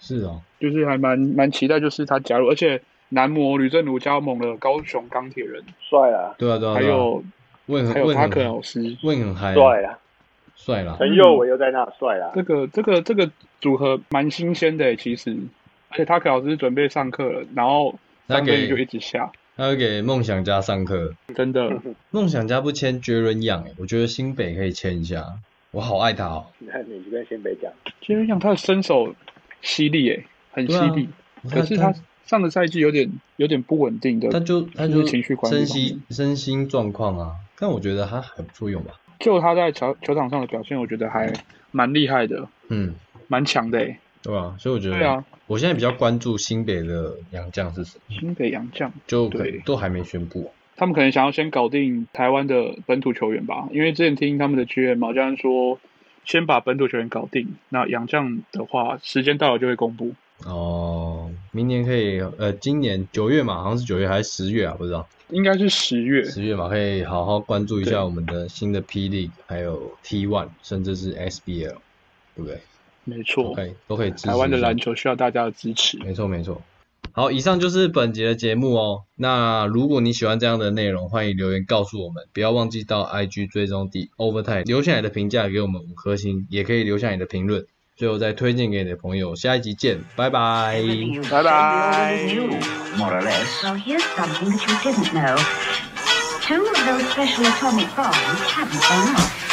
Speaker 1: 是哦，
Speaker 3: 就是还蛮蛮期待，就是他加入，而且男模吕正如加盟了高雄钢铁人，
Speaker 2: 帅啊，
Speaker 1: 对啊对啊，
Speaker 3: 还
Speaker 1: 对啊
Speaker 3: 有
Speaker 1: 问
Speaker 3: 还
Speaker 1: 很
Speaker 3: 有
Speaker 1: 问
Speaker 3: 塔克
Speaker 1: 很
Speaker 3: 老师，
Speaker 1: 问很嗨啊，
Speaker 3: 哎
Speaker 2: 帅啊，
Speaker 1: 帅啦，
Speaker 2: 陈佑伟又在那，帅啊，
Speaker 3: 这个这个这个组合蛮新鲜的欸，其实，而且他可老师准备上课了，然后
Speaker 1: 那
Speaker 3: 三分
Speaker 1: 给
Speaker 3: 就一直下，
Speaker 1: 他会给梦想家上课，
Speaker 3: 真的
Speaker 1: 梦想家不签杰伦养，欸我觉得新北可以签一下，啊我好爱他哦，
Speaker 2: 那你去跟新北讲，
Speaker 3: 其实像他的身手犀利诶，很犀
Speaker 1: 对啊
Speaker 3: 利，
Speaker 1: 他
Speaker 3: 可是他上个赛季有点有点不稳定的，
Speaker 1: 他就他就
Speaker 3: 就是情绪管理
Speaker 1: 身
Speaker 3: 方面
Speaker 1: 心身心状况啊，但我觉得他还不错用吧，
Speaker 3: 就他在球球场上的表现，我觉得还蛮厉害的，
Speaker 1: 嗯，
Speaker 3: 蛮强的欸诶。
Speaker 1: 对吧？所以我觉得，
Speaker 3: 对啊，
Speaker 1: 我现在比较关注新北的洋将是谁，
Speaker 3: 新北洋将。
Speaker 1: 就可
Speaker 3: 对
Speaker 1: 都还没宣布，啊
Speaker 3: 他们可能想要先搞定台湾的本土球员吧，因为之前听他们的球员毛将说，先把本土球员搞定，那洋将的话，时间到了就会公布。
Speaker 1: 哦，明年可以呃，今年九月嘛，好像是九月还是十月啊，不知道
Speaker 3: 应该是十月。
Speaker 1: 十月嘛，可以好好关注一
Speaker 3: 对
Speaker 1: 下我们的新的 P League，还有 T One，甚至是 SBL，对不对？
Speaker 3: 没
Speaker 1: 都
Speaker 3: 错
Speaker 1: 可，以都可以支持一下。
Speaker 3: 台湾的篮球需要大家的支持。
Speaker 1: 没错没错。好，以上就是本节的节目哦。那如果你喜欢这样的内容，欢迎留言告诉我们，不要忘记到 IG 追踪 The Overtime 留下你的评价，给我们五颗星，也可以留下你的评论，最后再推荐给你的朋友。下一集见，拜拜。
Speaker 4: Everything you said you
Speaker 3: Bye-bye.
Speaker 4: already knew, more or less.
Speaker 5: Well, here's something that you didn't know. Two of those special atomic bombs haven't gone off.